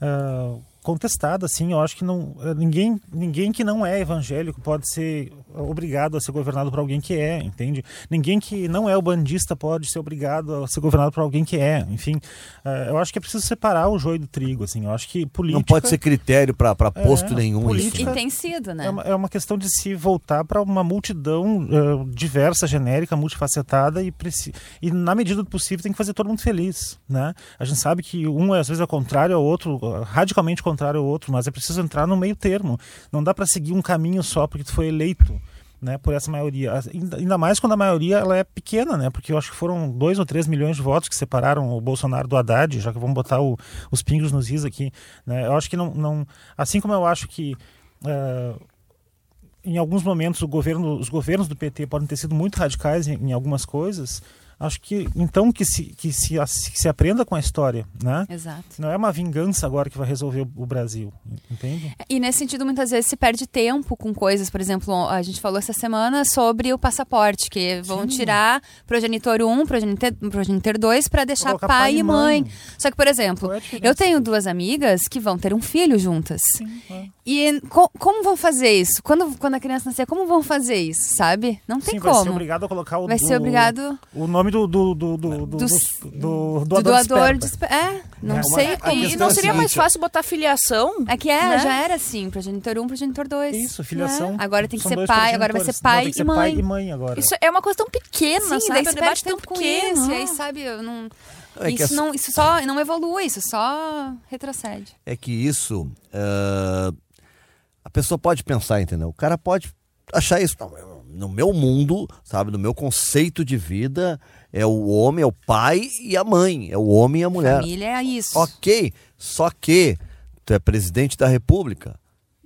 [SPEAKER 5] ah, contestada, assim. Eu acho que não, eh, ninguém, ninguém que não é evangélico pode ser obrigado a ser governado por alguém que é, entende? Ninguém que não é bandista pode ser obrigado a ser governado por alguém que é, enfim. ah, eu acho que é preciso separar o joio do trigo, assim. Eu acho que política...
[SPEAKER 3] Não pode ser critério pra pra posto
[SPEAKER 5] É,
[SPEAKER 3] nenhum
[SPEAKER 5] política-
[SPEAKER 3] isso.
[SPEAKER 4] E
[SPEAKER 3] né?
[SPEAKER 4] tem sido, né?
[SPEAKER 5] É uma, é uma questão de se voltar para uma multidão eh, diversa, genérica, multifacetada e, preci- e, na medida do possível, tem que fazer todo mundo feliz. Né? A gente sabe que um às vezes é contrário ao outro, eh, radicalmente contrário ao outro, mas é preciso entrar no meio termo. Não dá para seguir um caminho só porque tu foi eleito. Né, por essa maioria. As- Ainda ainda mais quando a maioria ela é pequena, né? Porque eu acho que foram 2 ou 3 milhões de votos que separaram o Bolsonaro do Haddad, já que vamos botar o- os pingos nos is aqui. Né? Eu acho que não, não. Assim como eu acho que eh, em alguns momentos o governo, os governos do PT podem ter sido muito radicais em, em algumas coisas. Acho que então que se, que se, que se aprenda com a história, né?
[SPEAKER 4] Exato.
[SPEAKER 5] Não é uma vingança agora que vai resolver o o Brasil, entende?
[SPEAKER 4] E nesse sentido, muitas vezes se perde tempo com coisas. Por exemplo, a gente falou essa semana sobre o passaporte, que vão tirar progenitor 1, progenitor, progenitor 2, para deixar
[SPEAKER 5] Colocar
[SPEAKER 4] pai, e mãe. Só que, por exemplo,
[SPEAKER 5] Qual é a diferença?
[SPEAKER 4] eu tenho duas amigas que vão ter um filho juntas. E co- como vão fazer isso? Quando, quando a criança nascer, como vão fazer isso, sabe? Não tem
[SPEAKER 5] Sim, vai ser
[SPEAKER 4] como.
[SPEAKER 5] obrigado a colocar o
[SPEAKER 4] Vai
[SPEAKER 5] do-
[SPEAKER 4] ser obrigado-
[SPEAKER 5] o nome do do do do, do,
[SPEAKER 4] Dos-
[SPEAKER 5] do- do
[SPEAKER 4] Do
[SPEAKER 5] doador de
[SPEAKER 4] doador
[SPEAKER 5] esperma.
[SPEAKER 4] de esper- É, não
[SPEAKER 5] É,
[SPEAKER 4] sei
[SPEAKER 3] uma-
[SPEAKER 4] como.
[SPEAKER 6] E
[SPEAKER 3] questão
[SPEAKER 6] não
[SPEAKER 3] é a
[SPEAKER 6] seria mais
[SPEAKER 3] seguinte,
[SPEAKER 6] fácil botar filiação?
[SPEAKER 4] É que é,
[SPEAKER 6] Né?
[SPEAKER 4] já era assim, progenitor 1, progentor 2.
[SPEAKER 5] Isso, filiação.
[SPEAKER 4] É. Agora tem que
[SPEAKER 5] São
[SPEAKER 4] ser
[SPEAKER 5] dois
[SPEAKER 4] pai, agora vai
[SPEAKER 5] progenitores.
[SPEAKER 4] ser pai
[SPEAKER 5] Não, tem que
[SPEAKER 4] e
[SPEAKER 5] ser
[SPEAKER 4] mãe.
[SPEAKER 5] pai e mãe agora.
[SPEAKER 6] Isso é uma coisa tão pequena,
[SPEAKER 4] Sim,
[SPEAKER 6] sabe?
[SPEAKER 4] daí
[SPEAKER 6] É um
[SPEAKER 4] se
[SPEAKER 6] debate
[SPEAKER 4] perde
[SPEAKER 6] tão
[SPEAKER 4] tempo com isso. E aí,
[SPEAKER 6] pequeno.
[SPEAKER 4] sabe, eu não...
[SPEAKER 3] É que
[SPEAKER 4] isso,
[SPEAKER 3] essa-
[SPEAKER 4] não, isso só não evolui, isso só retrocede.
[SPEAKER 3] É que isso. ah, a pessoa pode pensar, entendeu? O cara pode achar isso. Não, eu- no meu mundo, sabe? No meu conceito de vida, é o homem, é o pai e a mãe. É o homem e a mulher.
[SPEAKER 4] Família é isso.
[SPEAKER 3] Ok, só que tu é presidente da república.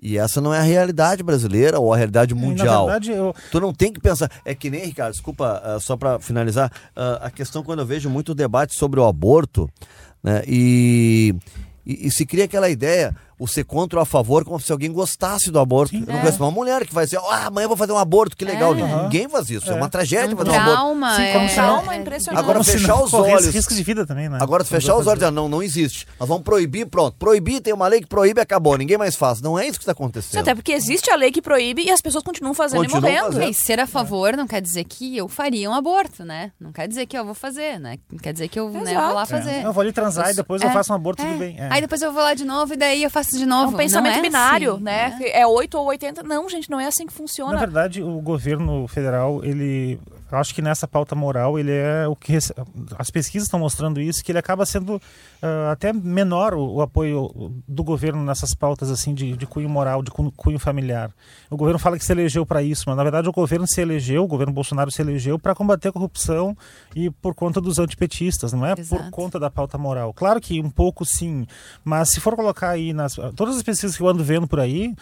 [SPEAKER 3] E essa não é a realidade brasileira ou a realidade mundial.
[SPEAKER 5] Na verdade, eu,
[SPEAKER 3] Tu não tem que pensar. É que nem, Ricardo, desculpa, ah, só para finalizar, ah, a questão quando eu vejo muito debate sobre o aborto, né, e, e, e se cria aquela ideia, o ser contra ou a favor, como se alguém gostasse do aborto. eu não conheço uma mulher que vai dizer, ah, amanhã eu vou fazer um aborto, que legal. Ninguém faz isso, é, uma tragédia fazer um aborto.
[SPEAKER 4] Trauma,
[SPEAKER 5] Sim,
[SPEAKER 4] é...
[SPEAKER 5] como se não-
[SPEAKER 6] Calma, impressionante.
[SPEAKER 3] Agora
[SPEAKER 5] como se
[SPEAKER 3] fechar
[SPEAKER 5] não
[SPEAKER 3] os
[SPEAKER 5] corresse
[SPEAKER 3] olhos.
[SPEAKER 5] riscos de vida também, né?
[SPEAKER 3] Agora, se fechar os olhos, ah, não, não existe. Nós vamos proibir, pronto. Proibir, tem uma lei que proíbe, acabou. Ninguém mais faz. Não é isso que está acontecendo.
[SPEAKER 6] Até porque existe a lei que proíbe e as pessoas continuam fazendo
[SPEAKER 3] Continuam
[SPEAKER 6] e morrendo.
[SPEAKER 3] fazendo.
[SPEAKER 4] E ser a favor não quer dizer que eu faria um aborto, né? Não quer dizer que eu vou fazer, né? Não quer dizer que eu né, vou lá
[SPEAKER 6] Exato.
[SPEAKER 4] fazer.
[SPEAKER 5] É. Eu vou ali transar e
[SPEAKER 4] sou-
[SPEAKER 5] depois eu faço um aborto, tudo bem. É.
[SPEAKER 4] Aí depois eu vou lá de novo e daí eu faço de
[SPEAKER 6] É
[SPEAKER 4] novo.
[SPEAKER 6] um pensamento
[SPEAKER 4] Não é
[SPEAKER 6] binário,
[SPEAKER 4] assim,
[SPEAKER 6] né? É 8 ou 80. Não, gente, não é assim que funciona.
[SPEAKER 5] Na verdade, o governo federal, ele. Eu acho que nessa pauta moral, ele é o que. rece- As pesquisas estão mostrando isso, que ele acaba sendo ah, até menor o, o apoio do governo nessas pautas, assim, de, de cunho moral, de cunho, cunho familiar. O governo fala que se elegeu para isso, mas na verdade o governo se elegeu, o governo Bolsonaro se elegeu para combater a corrupção e por conta dos antipetistas, não é
[SPEAKER 4] Exato.
[SPEAKER 5] por conta da pauta moral. Claro que um pouco sim, mas se for colocar aí nas. Todas as pesquisas que eu ando vendo por aí.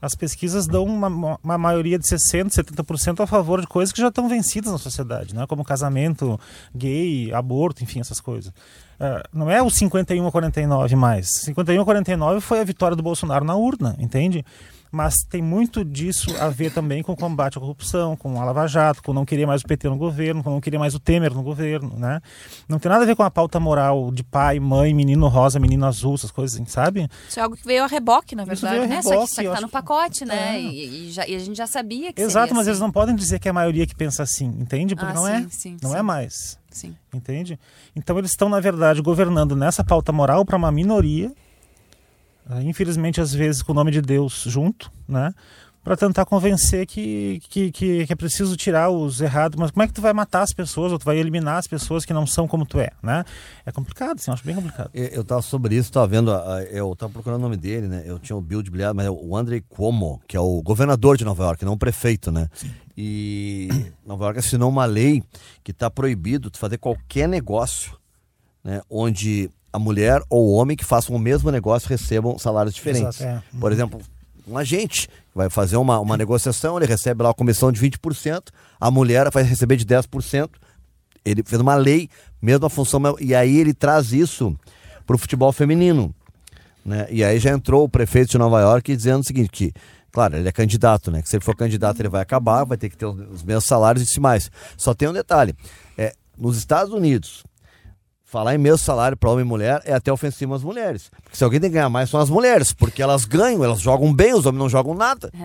[SPEAKER 5] As pesquisas dão uma, uma maioria de 60%, 70% a favor de coisas que já estão vencidas na sociedade, né? como casamento gay, aborto, enfim, essas coisas. Ah, não é o 51 a 49 mais. 51 a 49 foi a vitória do Bolsonaro na urna, entende? Mas tem muito disso a ver também com o combate à corrupção, com a Lava Jato, com não querer mais o PT no governo, com não querer mais o Temer no governo, né? Não tem nada a ver com a pauta moral de pai, mãe, menino rosa, menino azul, essas coisas, assim, sabe?
[SPEAKER 6] Isso é algo que veio a reboque, na
[SPEAKER 5] Isso
[SPEAKER 6] verdade.
[SPEAKER 5] veio a
[SPEAKER 4] É,
[SPEAKER 6] né?
[SPEAKER 4] só que,
[SPEAKER 5] Reboque,
[SPEAKER 4] só que
[SPEAKER 5] eu
[SPEAKER 4] tá
[SPEAKER 5] acho
[SPEAKER 4] no
[SPEAKER 5] que-
[SPEAKER 4] pacote, né?
[SPEAKER 5] É.
[SPEAKER 4] E, e já- e a gente já sabia que
[SPEAKER 5] Exato,
[SPEAKER 4] seria
[SPEAKER 5] mas eles
[SPEAKER 4] assim.
[SPEAKER 5] não podem dizer que é a maioria que pensa assim, entende? Porque
[SPEAKER 4] Ah,
[SPEAKER 5] não é,
[SPEAKER 4] sim, sim,
[SPEAKER 5] não
[SPEAKER 4] sim.
[SPEAKER 5] é mais,
[SPEAKER 4] Sim.
[SPEAKER 5] entende? Então eles estão na verdade governando nessa pauta moral para uma minoria, eh, infelizmente às vezes com o nome de Deus junto, né? Para tentar convencer que, que, que, que é preciso tirar os errados, mas como é que tu vai matar as pessoas ou tu vai eliminar as pessoas que não são como tu é, né? É complicado, sim, eu acho bem complicado.
[SPEAKER 3] Eu, eu tava sobre isso, tava vendo, a- a- eu tava procurando o nome dele, né? Eu tinha o Bill de Bilhar, mas é o Andrei Cuomo, que é o governador de Nova York, não o prefeito, né? E Nova York assinou uma lei que tá proibido de fazer qualquer negócio, né? Onde a mulher ou o homem que façam o mesmo negócio recebam salários diferentes.
[SPEAKER 5] Exato, é.
[SPEAKER 3] Por exemplo, um agente vai fazer uma, uma negociação, ele recebe lá uma comissão de 20%, a mulher vai receber de 10%. Ele fez uma lei, mesma função, mas- e aí ele traz isso para o futebol feminino. Né? E aí já entrou o prefeito de Nova York dizendo o seguinte, que, claro, ele é candidato, né? Que se ele for candidato, ele vai acabar, vai ter que ter os, os mesmos salários e disse mais. Só tem um detalhe. É, nos Estados Unidos, falar em mesmo salário para homem e mulher é até ofensivo às mulheres. Porque se alguém tem que ganhar mais, são as mulheres, porque elas ganham, elas jogam bem, os homens não jogam nada.
[SPEAKER 4] É.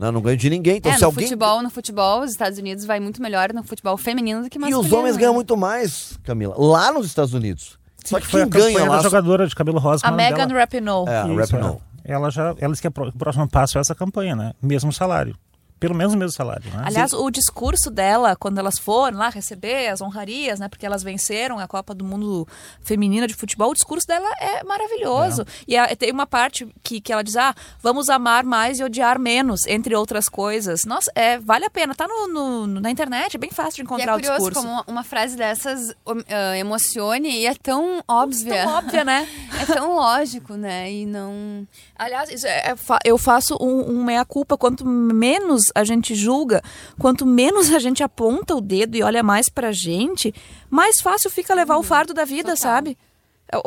[SPEAKER 3] Né? Não ganham de ninguém. Então,
[SPEAKER 4] É,
[SPEAKER 3] se
[SPEAKER 4] no
[SPEAKER 3] alguém.
[SPEAKER 4] futebol, no futebol, os Estados Unidos vai muito melhor no futebol feminino do que
[SPEAKER 3] E
[SPEAKER 4] masculino.
[SPEAKER 3] os homens
[SPEAKER 4] né?
[SPEAKER 3] ganham muito mais, Camila, lá nos Estados Unidos. Só que
[SPEAKER 5] foi a
[SPEAKER 3] quem ganha
[SPEAKER 5] campanha
[SPEAKER 3] lá.
[SPEAKER 5] da jogadora de cabelo rosa.
[SPEAKER 6] A
[SPEAKER 5] como é o nome
[SPEAKER 6] Megan
[SPEAKER 5] dela?
[SPEAKER 6] Rapinoe.
[SPEAKER 3] É, a
[SPEAKER 5] Isso,
[SPEAKER 3] rap
[SPEAKER 5] é.
[SPEAKER 3] não.
[SPEAKER 5] Ela já, ela disse que o próximo passo é essa campanha, né? Mesmo salário. Pelo menos o mesmo salário, né?
[SPEAKER 6] Aliás, o discurso dela, quando elas foram lá receber as honrarias, né? Porque elas venceram a Copa do Mundo Feminina de Futebol, o discurso dela é maravilhoso. E a- tem uma parte que, que ela diz: ah, vamos amar mais e odiar menos, entre outras coisas. Nossa, é, vale a pena. Tá no, no- na internet, é bem fácil de
[SPEAKER 4] E é
[SPEAKER 6] encontrar o
[SPEAKER 4] curioso
[SPEAKER 6] discurso.
[SPEAKER 4] como uma- uma frase dessas um, ah, emocione e é tão óbvia.
[SPEAKER 6] Tão óbvia, né?
[SPEAKER 4] É tão lógico, né? E não.
[SPEAKER 6] Aliás, isso é- é fa- eu faço um, um meia-culpa. Quanto menos a gente julga, quanto menos a gente aponta o dedo e olha mais pra gente, mais fácil fica levar o fardo da vida, sabe? É,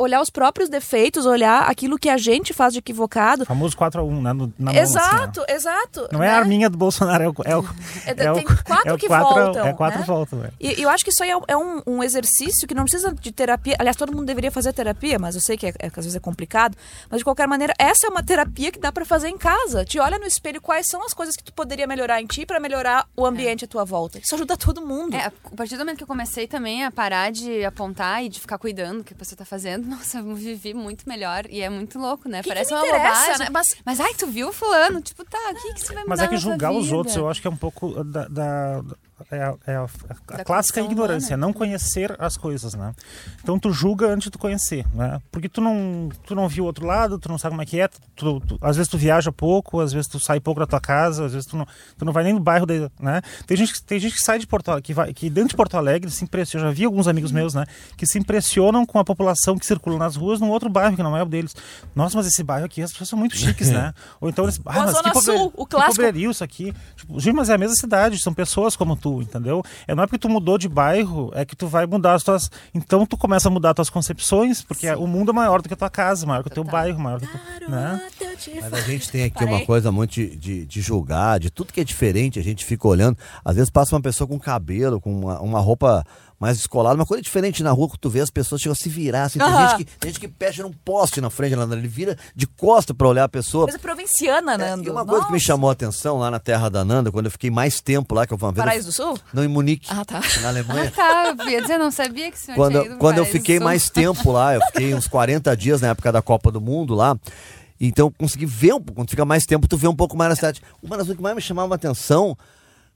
[SPEAKER 6] Olhar os próprios defeitos, olhar aquilo que a gente faz de equivocado.
[SPEAKER 5] Famoso 4x1, né? no- na mão, assim, ó.
[SPEAKER 6] Exato, exato.
[SPEAKER 5] Não é a
[SPEAKER 6] né?
[SPEAKER 5] arminha do Bolsonaro, é o. É o,
[SPEAKER 6] É,
[SPEAKER 5] é o
[SPEAKER 6] tem quatro
[SPEAKER 5] é o
[SPEAKER 6] que
[SPEAKER 5] quatro-
[SPEAKER 6] voltam,
[SPEAKER 5] É quatro
[SPEAKER 6] né?
[SPEAKER 5] voltam, é.
[SPEAKER 6] E e eu acho que isso aí é um- é um, um exercício que não precisa de terapia. Aliás, todo mundo deveria fazer terapia, mas eu sei que, é- é que às vezes é complicado. Mas de qualquer maneira, essa é uma terapia que dá pra fazer em casa. Te olha no espelho quais são as coisas que tu poderia melhorar em ti pra melhorar o ambiente à tua volta. Isso ajuda todo mundo.
[SPEAKER 4] É, a partir do momento que eu comecei também a parar de apontar e de ficar cuidando do que a pessoa tá fazendo, nossa, eu vivi muito melhor e é muito louco, né?
[SPEAKER 6] Que que
[SPEAKER 4] Parece
[SPEAKER 6] me
[SPEAKER 4] uma
[SPEAKER 6] interessa,
[SPEAKER 4] bobagem.
[SPEAKER 6] né?
[SPEAKER 4] Mas... ai, tu viu fulano? Tipo, tá, o que, que você vai mudar
[SPEAKER 5] Mas é que
[SPEAKER 4] na tua
[SPEAKER 5] julgar os
[SPEAKER 4] vida?
[SPEAKER 5] outros, eu acho que é um pouco da. da- da- é a, é a- a
[SPEAKER 4] Da
[SPEAKER 5] clássica
[SPEAKER 4] condição
[SPEAKER 5] ignorância, é não conhecer as coisas, né? Então tu julga antes de tu conhecer, né? Porque tu não, tu não viu o outro lado, tu não sabe como é que é, tu, tu- às vezes tu viaja pouco, às vezes tu sai pouco da tua casa, às vezes tu não, tu não vai nem no bairro, da, né? Tem gente, que- tem gente que sai de Porto Alegre, que, vai, que dentro de Porto Alegre se impressiona, eu já vi alguns amigos meus, né? Que se impressionam com a população que circula nas ruas num outro bairro que não é o deles. Nossa, mas esse bairro aqui, as pessoas são muito chiques, né? Ou então eles...
[SPEAKER 6] Ou a
[SPEAKER 5] mas que
[SPEAKER 6] Zona
[SPEAKER 5] pobre-
[SPEAKER 6] Sul, o
[SPEAKER 5] que
[SPEAKER 6] clássico
[SPEAKER 5] pobre- Rio, isso aqui. Tipo, Gil, mas é a mesma cidade, são pessoas como tu, entendeu? É não é porque tu mudou de bairro, é que tu vai mudar as tuas. Então tu começa a mudar as tuas concepções, porque o mundo é maior do que a tua casa, maior do que o teu bairro, maior do que tu, né?
[SPEAKER 6] Garota, eu te
[SPEAKER 3] Mas a gente tem aqui
[SPEAKER 6] Parei.
[SPEAKER 3] uma coisa muito de, de, de julgar, de tudo que é diferente, a gente fica olhando. Às vezes passa uma pessoa com cabelo, com uma, uma roupa mais descolada, uma coisa diferente na rua, que tu vê as pessoas chegam a se virar. Assim, tem,
[SPEAKER 6] Aham.
[SPEAKER 3] gente que, tem gente que fecha num poste na frente, lá, ele vira de costa pra olhar a pessoa.
[SPEAKER 6] Coisa provinciana,
[SPEAKER 3] É,
[SPEAKER 6] Nando.
[SPEAKER 3] e uma coisa que me
[SPEAKER 6] Nossa.
[SPEAKER 3] chamou a atenção lá na terra da Nanda, quando eu fiquei mais tempo lá, que eu fui uma vez.
[SPEAKER 6] Paraíso do Sul?
[SPEAKER 3] Não, em Munique.
[SPEAKER 6] Ah, tá.
[SPEAKER 3] Na Alemanha.
[SPEAKER 5] né?
[SPEAKER 4] Ah, tá, eu ia dizer, não sabia que o senhor
[SPEAKER 3] quando,
[SPEAKER 4] tinha ido pro
[SPEAKER 3] quando eu
[SPEAKER 4] paraíso
[SPEAKER 3] fiquei
[SPEAKER 4] do
[SPEAKER 3] mais
[SPEAKER 4] sul.
[SPEAKER 3] tempo lá, eu fiquei uns 40 dias na época da Copa do Mundo lá. Então eu consegui ver, um pouco. quando fica mais tempo, tu vê um pouco mais na cidade. Uma das coisas que mais me chamava a atenção,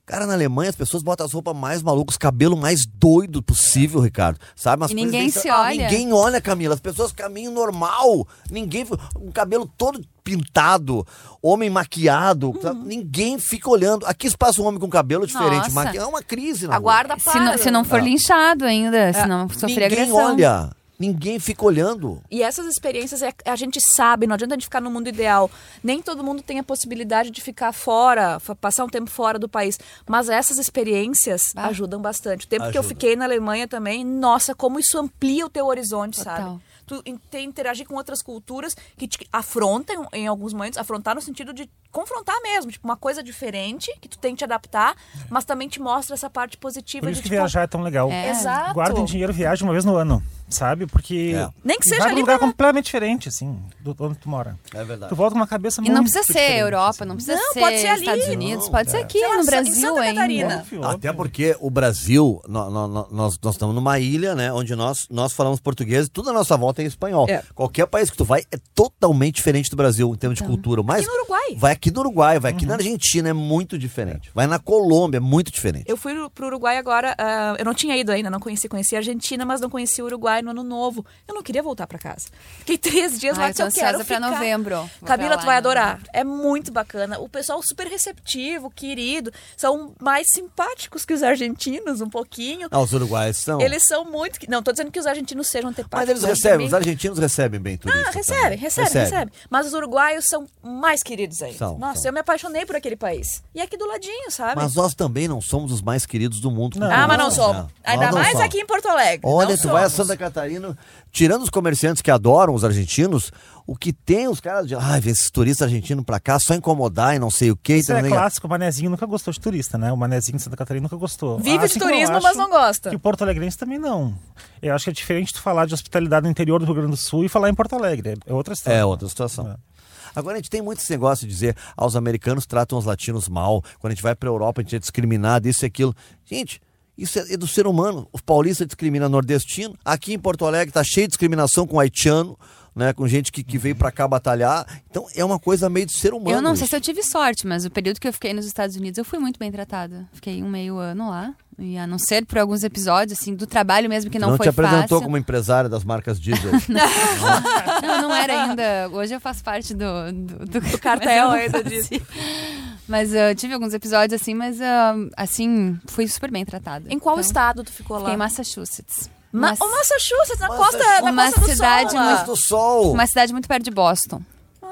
[SPEAKER 3] cara, na Alemanha as pessoas botam as roupas mais malucas, os cabelo mais doido possível, Ricardo. Sabe? Umas
[SPEAKER 4] E
[SPEAKER 3] coisas
[SPEAKER 4] ninguém
[SPEAKER 3] bem- Ah,
[SPEAKER 4] se olha.
[SPEAKER 3] Ninguém olha, Camila. As pessoas caminham normal. Ninguém. O cabelo todo pintado, homem maquiado. sabe? Ninguém fica olhando. Aqui se passa um homem com cabelo diferente.
[SPEAKER 4] Uhum. Nossa.
[SPEAKER 3] maqui- É uma crise, na rua.
[SPEAKER 6] Aguarda,
[SPEAKER 4] Se não,
[SPEAKER 6] para. É.
[SPEAKER 4] se não
[SPEAKER 3] Ah.
[SPEAKER 4] for linchado ainda, se não sofrer
[SPEAKER 3] Ninguém
[SPEAKER 4] agressão.
[SPEAKER 3] olha. Ninguém fica olhando.
[SPEAKER 6] E essas experiências é- a gente sabe, não adianta a gente ficar no mundo ideal. Nem todo mundo tem a possibilidade de ficar fora, fa- passar um tempo fora do país. Mas essas experiências ajudam bastante. O tempo que eu
[SPEAKER 3] Ajuda.
[SPEAKER 6] fiquei na Alemanha também, nossa, como isso amplia o teu horizonte,
[SPEAKER 4] Total.
[SPEAKER 6] sabe? Tu in- te- interagir com outras culturas que te afrontam em alguns momentos, afrontar no sentido de confrontar mesmo, tipo, uma coisa diferente que tu tem que te adaptar, mas também te mostra essa parte positiva
[SPEAKER 5] É. Por isso
[SPEAKER 6] de
[SPEAKER 5] que
[SPEAKER 6] tipo,
[SPEAKER 5] viajar é tão legal.
[SPEAKER 4] É.
[SPEAKER 6] Exato.
[SPEAKER 5] Guardem dinheiro, viaja uma vez no ano, sabe? Porque.
[SPEAKER 3] É.
[SPEAKER 6] Nem que
[SPEAKER 5] e
[SPEAKER 6] seja
[SPEAKER 5] vai pra
[SPEAKER 6] ali
[SPEAKER 5] um lugar
[SPEAKER 6] pra-
[SPEAKER 5] completamente diferente, assim, do do onde tu mora.
[SPEAKER 3] É verdade.
[SPEAKER 5] Tu volta com uma cabeça
[SPEAKER 4] E
[SPEAKER 5] muito.
[SPEAKER 4] não precisa ser
[SPEAKER 5] diferente,
[SPEAKER 4] Europa,
[SPEAKER 5] assim.
[SPEAKER 4] não precisa
[SPEAKER 6] Não,
[SPEAKER 4] ser,
[SPEAKER 6] pode ser ali.
[SPEAKER 4] Estados Unidos,
[SPEAKER 3] Não,
[SPEAKER 4] pode ser
[SPEAKER 3] é.
[SPEAKER 4] aqui
[SPEAKER 6] Sei lá,
[SPEAKER 4] no
[SPEAKER 6] em Santa
[SPEAKER 4] Brasil
[SPEAKER 6] Catarina.
[SPEAKER 4] ainda.
[SPEAKER 5] Óbvio,
[SPEAKER 3] Até
[SPEAKER 5] óbvio.
[SPEAKER 3] porque o Brasil, nó- nó- nó- nós, nós estamos numa ilha, né? Onde nós, nós falamos português e tudo à nossa volta é em espanhol.
[SPEAKER 6] É.
[SPEAKER 3] Qualquer país que tu vai é totalmente diferente do Brasil em termos de cultura. Mas
[SPEAKER 6] Então. no Uruguai. Uhum.
[SPEAKER 3] Vai aqui no Uruguai, vai aqui na Argentina, é muito diferente. Vai na Colômbia, é muito diferente.
[SPEAKER 6] Eu fui no- pro Uruguai agora, ah, eu não tinha ido ainda, não conheci, conheci a Argentina, mas não conheci o Uruguai no ano novo. Eu não queria voltar pra casa. Fiquei três dias
[SPEAKER 4] Ah,
[SPEAKER 6] lá,
[SPEAKER 4] eu
[SPEAKER 6] disse,
[SPEAKER 4] tô
[SPEAKER 6] eu quero
[SPEAKER 4] ansiosa pra
[SPEAKER 6] ficar.
[SPEAKER 4] novembro. Vou
[SPEAKER 6] Camila,
[SPEAKER 4] pra lá
[SPEAKER 6] tu vai
[SPEAKER 4] em
[SPEAKER 6] adorar. É muito bacana. O pessoal super receptivo, querido. São mais simpáticos que os argentinos, um pouquinho.
[SPEAKER 3] Ah, os uruguaios são.
[SPEAKER 6] Eles são muito... que- Não, tô dizendo que os argentinos sejam antepáticos.
[SPEAKER 3] Mas eles
[SPEAKER 6] longe de
[SPEAKER 3] recebem,
[SPEAKER 6] mim.
[SPEAKER 3] os argentinos recebem bem tudo
[SPEAKER 6] Ah, recebe, recebe, recebe. Mas os uruguaios são mais queridos ainda.
[SPEAKER 3] São,
[SPEAKER 6] Nossa,
[SPEAKER 3] são.
[SPEAKER 6] eu me apaixonei por aquele país. E é aqui do ladinho, sabe?
[SPEAKER 3] Mas nós também não somos os mais queridos do mundo.
[SPEAKER 5] Não.
[SPEAKER 6] Ah, mas não
[SPEAKER 3] Nós
[SPEAKER 6] somos. Ainda
[SPEAKER 3] Nós não
[SPEAKER 6] mais
[SPEAKER 3] somos.
[SPEAKER 6] aqui em Porto Alegre.
[SPEAKER 3] Olha,
[SPEAKER 6] não
[SPEAKER 3] tu vai a
[SPEAKER 6] somos.
[SPEAKER 3] Santa Catarina, tirando os comerciantes que adoram os argentinos, o que tem os caras de. Ai, vem esses turistas argentinos pra cá só incomodar e não sei o quê.
[SPEAKER 5] Isso é
[SPEAKER 3] também-
[SPEAKER 5] clássico, o manezinho nunca gostou de turista, né? O manezinho de Santa Catarina nunca gostou.
[SPEAKER 6] Vive de
[SPEAKER 5] que eu
[SPEAKER 6] turismo,
[SPEAKER 5] acho
[SPEAKER 6] mas não gosta.
[SPEAKER 5] Que o Porto Alegrense também não. Eu acho que é diferente tu falar de hospitalidade no interior do Rio Grande do Sul e falar em Porto Alegre. É outra história.
[SPEAKER 3] É outra situação. Agora a gente tem muito esse negócio de dizer, ah, os americanos tratam os latinos mal, quando a gente vai pra Europa a gente é discriminado, isso e aquilo. Gente. Isso é é do ser humano. Os paulistas discriminam nordestino. Aqui em Porto Alegre tá cheio de discriminação com haitiano, né? Com gente que, que veio pra cá batalhar. Então é uma coisa meio do ser humano.
[SPEAKER 4] Eu não sei
[SPEAKER 3] isso.
[SPEAKER 4] se eu tive sorte, mas o período que eu fiquei nos Estados Unidos eu fui muito bem tratada. Fiquei um meio ano lá. E a não ser por alguns episódios, assim, do trabalho mesmo que não,
[SPEAKER 3] não
[SPEAKER 4] foi
[SPEAKER 3] te apresentou
[SPEAKER 4] fácil.
[SPEAKER 3] como empresária das marcas diesel.
[SPEAKER 4] Não, não era ainda. Hoje eu faço parte do, do, do- mas eu
[SPEAKER 6] cartel
[SPEAKER 4] não
[SPEAKER 6] ainda disso.
[SPEAKER 4] fazia. Mas ah, tive alguns episódios assim, mas ah, assim, fui super bem tratada.
[SPEAKER 6] Em qual
[SPEAKER 4] Então,
[SPEAKER 6] estado tu ficou lá?
[SPEAKER 4] Fiquei em Massachusetts.
[SPEAKER 6] Ma
[SPEAKER 4] Mas-
[SPEAKER 6] O Massachusetts, na costa, na
[SPEAKER 4] Uma
[SPEAKER 6] costa do
[SPEAKER 4] cidade
[SPEAKER 6] Sol, lá.
[SPEAKER 4] muito-
[SPEAKER 3] do sol.
[SPEAKER 4] Uma cidade muito perto de Boston.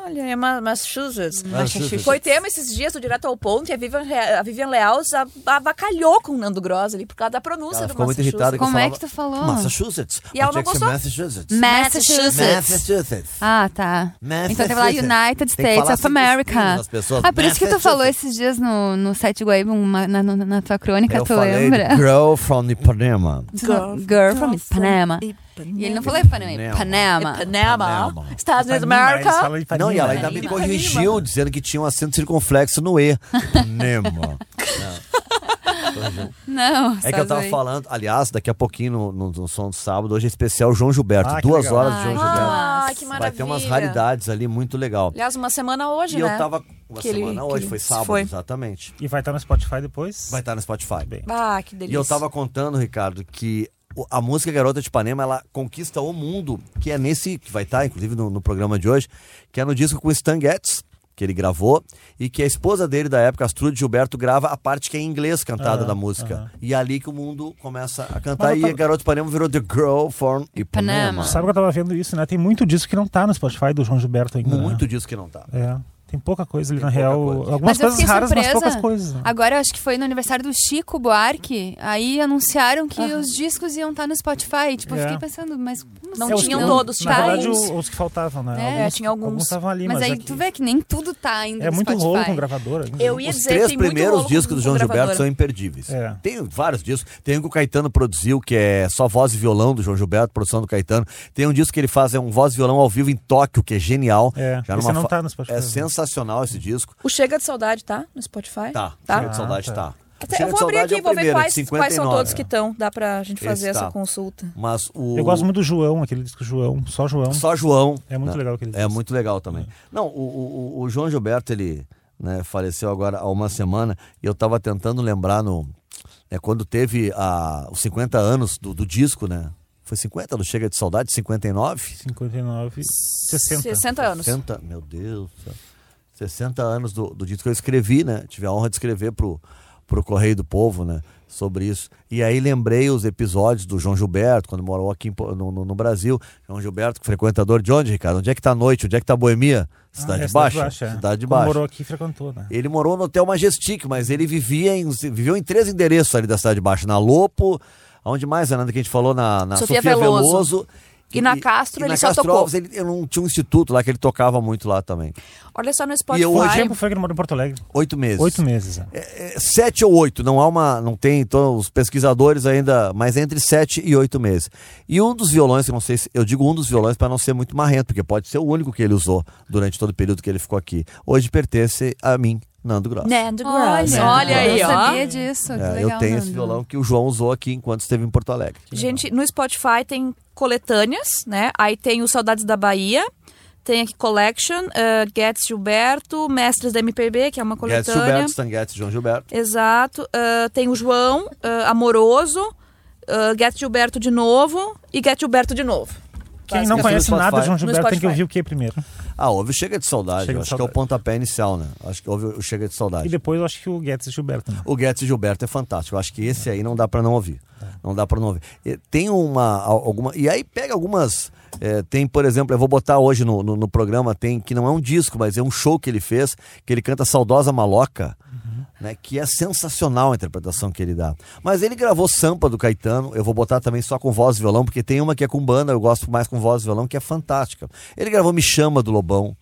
[SPEAKER 6] Olha, é Ma- Massachusetts.
[SPEAKER 3] Massachusetts.
[SPEAKER 6] Foi tema esses dias do Direto ao Ponto e a Vivian, Re- a Vivian Leal se ab- abacalhou com o Nando Gross ali por causa da pronúncia
[SPEAKER 3] Ela
[SPEAKER 6] do
[SPEAKER 3] ficou muito
[SPEAKER 6] Massachusetts.
[SPEAKER 3] irritada. que eu
[SPEAKER 4] Como é
[SPEAKER 3] falava
[SPEAKER 4] que tu falou?
[SPEAKER 3] Massachusetts.
[SPEAKER 6] E
[SPEAKER 3] Tinha
[SPEAKER 6] ela não
[SPEAKER 3] que ser
[SPEAKER 6] gostou?
[SPEAKER 3] Massachusetts.
[SPEAKER 4] Massachusetts.
[SPEAKER 3] Massachusetts.
[SPEAKER 4] Ah, tá.
[SPEAKER 3] Massachusetts.
[SPEAKER 4] Então tem que falar United
[SPEAKER 3] Tem que
[SPEAKER 4] States
[SPEAKER 3] falar
[SPEAKER 4] of
[SPEAKER 3] assim com os filhos
[SPEAKER 4] America.
[SPEAKER 3] das pessoas.
[SPEAKER 4] Ah, por isso que tu
[SPEAKER 3] Massachusetts.
[SPEAKER 4] falou esses dias no, no site web, uma- na, na- na tua crônica,
[SPEAKER 3] Eu
[SPEAKER 4] tu
[SPEAKER 3] falei
[SPEAKER 4] lembra?
[SPEAKER 3] Girl from Ipanema.
[SPEAKER 4] Tu não- Girl from Ipanema. E ele não falou Ipanema,
[SPEAKER 3] Ipanema.
[SPEAKER 4] Ipanema.
[SPEAKER 6] Panama,
[SPEAKER 3] Panama.
[SPEAKER 6] Estados Unidos da
[SPEAKER 5] Ipanema, eles
[SPEAKER 6] América.
[SPEAKER 5] falam Ipanema.
[SPEAKER 3] Não, e ela ainda me
[SPEAKER 4] Ipanema.
[SPEAKER 3] corrigiu, dizendo que tinha um acento circunflexo no E. Ipanema.
[SPEAKER 4] Não,
[SPEAKER 3] É que eu
[SPEAKER 4] Estados
[SPEAKER 3] tava
[SPEAKER 4] Unidos.
[SPEAKER 3] falaliando, aliás, daqui a pouquinho no, no, no Som do Sábado, hoje é especial João Gilberto.
[SPEAKER 5] Ah, que
[SPEAKER 3] Duas
[SPEAKER 5] legal.
[SPEAKER 3] horas de João
[SPEAKER 4] Ai,
[SPEAKER 3] Gilberto.
[SPEAKER 6] Ah, que maravilha.
[SPEAKER 3] Vai ter umas raridades ali, muito legal.
[SPEAKER 6] Aliás, uma semana hoje,
[SPEAKER 3] e
[SPEAKER 6] né?
[SPEAKER 3] eu tava. Uma
[SPEAKER 6] Que ele-
[SPEAKER 3] semana
[SPEAKER 6] que
[SPEAKER 3] hoje,
[SPEAKER 6] ele
[SPEAKER 3] foi
[SPEAKER 6] se
[SPEAKER 3] sábado,
[SPEAKER 6] foi.
[SPEAKER 3] exatamente.
[SPEAKER 5] E vai estar no Spotify depois?
[SPEAKER 3] Vai estar no Spotify.
[SPEAKER 5] Bem.
[SPEAKER 6] Ah, que delícia.
[SPEAKER 3] E eu tava contando, Ricardo, que o- a música Garota de Ipanema, ela conquista o mundo, que é nesse, que vai estar, inclusive, no, no programa de hoje, que é no disco com o Stan Getz, que ele gravou, e que a esposa dele da época, Astrude Gilberto, grava a parte que é em inglês cantada da música. E é ali que o mundo começa a cantar,
[SPEAKER 5] Mas eu
[SPEAKER 3] e
[SPEAKER 5] tava-
[SPEAKER 3] a Garota de Ipanema virou The Girl from Ipanema.
[SPEAKER 4] Ipanema.
[SPEAKER 5] Sabe que eu tava vendo isso, né? Tem muito disco que não tá no Spotify do João Gilberto ainda. né?
[SPEAKER 3] Muito disso que não tá.
[SPEAKER 5] É. Tem pouca coisa ali,
[SPEAKER 3] Tem
[SPEAKER 5] na
[SPEAKER 3] pouca
[SPEAKER 5] real.
[SPEAKER 3] coisa.
[SPEAKER 5] Algumas
[SPEAKER 4] eu
[SPEAKER 5] coisas
[SPEAKER 4] fiquei
[SPEAKER 5] raras, mas poucas coisas. né?
[SPEAKER 4] Agora eu acho que foi no aniversário do Chico Buarque. Aí anunciaram que os discos iam estar no Spotify. Tipo, eu
[SPEAKER 5] Ah. É.
[SPEAKER 4] fiquei pensando, mas como
[SPEAKER 6] Não
[SPEAKER 4] assim?
[SPEAKER 5] os
[SPEAKER 6] tinham
[SPEAKER 5] que-
[SPEAKER 6] todos,
[SPEAKER 5] Na
[SPEAKER 6] tá
[SPEAKER 5] verdade,
[SPEAKER 6] alguns.
[SPEAKER 5] o- os que faltavam,
[SPEAKER 4] É,
[SPEAKER 5] né? Alguns-
[SPEAKER 6] tinha alguns.
[SPEAKER 5] Alguns estavam ali, mas,
[SPEAKER 4] Mas aí
[SPEAKER 5] aqui-
[SPEAKER 4] tu vê que nem tudo tá ainda
[SPEAKER 5] É
[SPEAKER 4] no
[SPEAKER 5] muito
[SPEAKER 4] Spotify.
[SPEAKER 5] rolo com gravador. né? ainda.
[SPEAKER 6] Eu ia
[SPEAKER 3] Os
[SPEAKER 6] dizer,
[SPEAKER 3] três
[SPEAKER 6] é tem muito
[SPEAKER 3] primeiros
[SPEAKER 6] rolo
[SPEAKER 3] discos
[SPEAKER 6] com
[SPEAKER 3] do João Gilberto
[SPEAKER 6] gravadora.
[SPEAKER 3] são imperdíveis.
[SPEAKER 5] É.
[SPEAKER 3] Tem vários discos. Tem um que o Caetano produziu, que é só voz e violão do João Gilberto, produção do Caetano. Tem um disco que ele faz, é um voz e violão ao vivo em Tóquio, que é genial.
[SPEAKER 5] É,
[SPEAKER 3] Já
[SPEAKER 5] esse
[SPEAKER 3] numa
[SPEAKER 5] não
[SPEAKER 3] fa-
[SPEAKER 5] tá no Spotify.
[SPEAKER 3] É sensacional esse disco.
[SPEAKER 6] O Chega de Saudade, tá? No Spotify?
[SPEAKER 3] Tá,
[SPEAKER 6] Tá.
[SPEAKER 3] Chega de Saudade
[SPEAKER 5] Ah,
[SPEAKER 3] tá.
[SPEAKER 5] tá.
[SPEAKER 6] Até-
[SPEAKER 3] Chega de
[SPEAKER 6] eu vou abrir
[SPEAKER 3] Saudade
[SPEAKER 6] aqui
[SPEAKER 3] é
[SPEAKER 6] e
[SPEAKER 3] o
[SPEAKER 6] vou ver
[SPEAKER 3] primeiro,
[SPEAKER 6] quais,
[SPEAKER 3] de 59.
[SPEAKER 6] quais são todos que
[SPEAKER 3] É.
[SPEAKER 6] estão. Dá pra gente fazer
[SPEAKER 3] Esse
[SPEAKER 6] essa
[SPEAKER 3] tá.
[SPEAKER 6] consulta.
[SPEAKER 3] Mas o...
[SPEAKER 5] Eu gosto muito do João, aquele disco João, só João.
[SPEAKER 3] Só João.
[SPEAKER 5] É muito
[SPEAKER 3] né?
[SPEAKER 5] legal aquele
[SPEAKER 3] É
[SPEAKER 5] disco.
[SPEAKER 3] muito legal também. Não, o, o- o João Gilberto, ele né, faleceu agora há uma semana e eu estava tentando lembrar no. né, quando teve a, os 50 anos do, do disco, né? Foi 50 do Chega de Saudade, 59?
[SPEAKER 5] 59, 60.
[SPEAKER 6] 60 anos.
[SPEAKER 3] 60, meu Deus. do céu. 60 anos do, do disco que eu escrevi, né? Tive a honra de escrever pro, pro Correio do Povo, né? Sobre isso. E aí lembrei os episódios do João Gilberto, quando morou aqui em Po- no, no- no Brasil. João Gilberto, frequentador de onde, Ricardo? Onde é que tá a noite? Onde é que tá a boemia? Cidade
[SPEAKER 5] É,
[SPEAKER 3] Baixa.
[SPEAKER 5] é.
[SPEAKER 3] Cidade É,
[SPEAKER 5] Quando
[SPEAKER 3] Baixa.
[SPEAKER 5] morou aqui e frequentou, né?
[SPEAKER 3] Ele morou no Hotel Majestic, mas ele vivia em, viveu em três endereços ali da Cidade Baixa. Na Lopo, onde mais, Ananda, que a gente falou? Na, na Sofia,
[SPEAKER 6] Sofia
[SPEAKER 3] Veloso.
[SPEAKER 6] Veloso. E na
[SPEAKER 3] e
[SPEAKER 6] Castro ele
[SPEAKER 3] na
[SPEAKER 6] só
[SPEAKER 3] Castro
[SPEAKER 6] tocou.
[SPEAKER 3] Alves, ele, eu não tinha um instituto lá que ele tocava muito lá também.
[SPEAKER 6] Olha só no Spotify.
[SPEAKER 3] hoje
[SPEAKER 5] Quanto tempo foi que ele morou em Porto Alegre?
[SPEAKER 3] Oito meses.
[SPEAKER 5] Oito meses. né?
[SPEAKER 3] É, sete ou oito, não há uma. Não tem, então, os pesquisadores ainda, mas é entre sete e oito meses. E um dos violões, eu não sei se. Eu digo um dos violões para não ser muito marrento, porque pode ser o único que ele usou durante todo o período que ele ficou aqui. Hoje pertence a mim, Nando Gross.
[SPEAKER 6] Nando Gross.
[SPEAKER 4] Olha,
[SPEAKER 6] Olha aí,
[SPEAKER 4] né? Eu
[SPEAKER 6] ó.
[SPEAKER 4] sabia disso. que
[SPEAKER 3] É,
[SPEAKER 4] legal,
[SPEAKER 3] eu tenho esse
[SPEAKER 4] Nando.
[SPEAKER 3] violão que o João usou aqui enquanto esteve em Porto Alegre.
[SPEAKER 6] Gente, no Spotify tem coletâneas, né? Aí tem o Saudades da Bahia, tem aqui Collection, eh, Guedes Gilberto, Mestres da MPB, que é uma
[SPEAKER 3] Guedes
[SPEAKER 6] coletânea.
[SPEAKER 3] Gilberto, Stan Guedes, João Gilberto.
[SPEAKER 6] Exato. Eh, tem o João, eh, Amoroso, uh, Guedes Gilberto de novo e Guedes Gilberto de novo.
[SPEAKER 5] Quem
[SPEAKER 3] Basicamente,
[SPEAKER 5] não conhece
[SPEAKER 3] no
[SPEAKER 5] nada de João
[SPEAKER 3] Spotify.
[SPEAKER 5] Gilberto tem que
[SPEAKER 6] Spotify.
[SPEAKER 5] ouvir o que é primeiro?
[SPEAKER 3] Ah, houve o Chega de Saudade.
[SPEAKER 5] Chega
[SPEAKER 3] eu
[SPEAKER 5] de
[SPEAKER 3] acho que é
[SPEAKER 5] Saudade.
[SPEAKER 3] o pontapé inicial, né? Acho que houve o Chega de Saudade.
[SPEAKER 5] E depois eu acho que o Guedes e Gilberto. Né?
[SPEAKER 3] O Guedes Gilberto é fantástico. Eu acho que esse aí não dá pra não ouvir. Não dá pra não ouvir. E Tem uma al- alguma e aí pega algumas é, tem, por exemplo, eu vou botar hoje no, no, no programa, tem que não é um disco, mas é um show que ele fez, que ele canta Saudosa Maloca, né, que é sensacional a interpretação que ele dá. Mas ele gravou Sampa do Caetano, eu vou botar também só com voz e violão, porque tem uma que é com banda, eu gosto mais com voz e violão, que é fantástica. Ele gravou Me Chama do Lobão.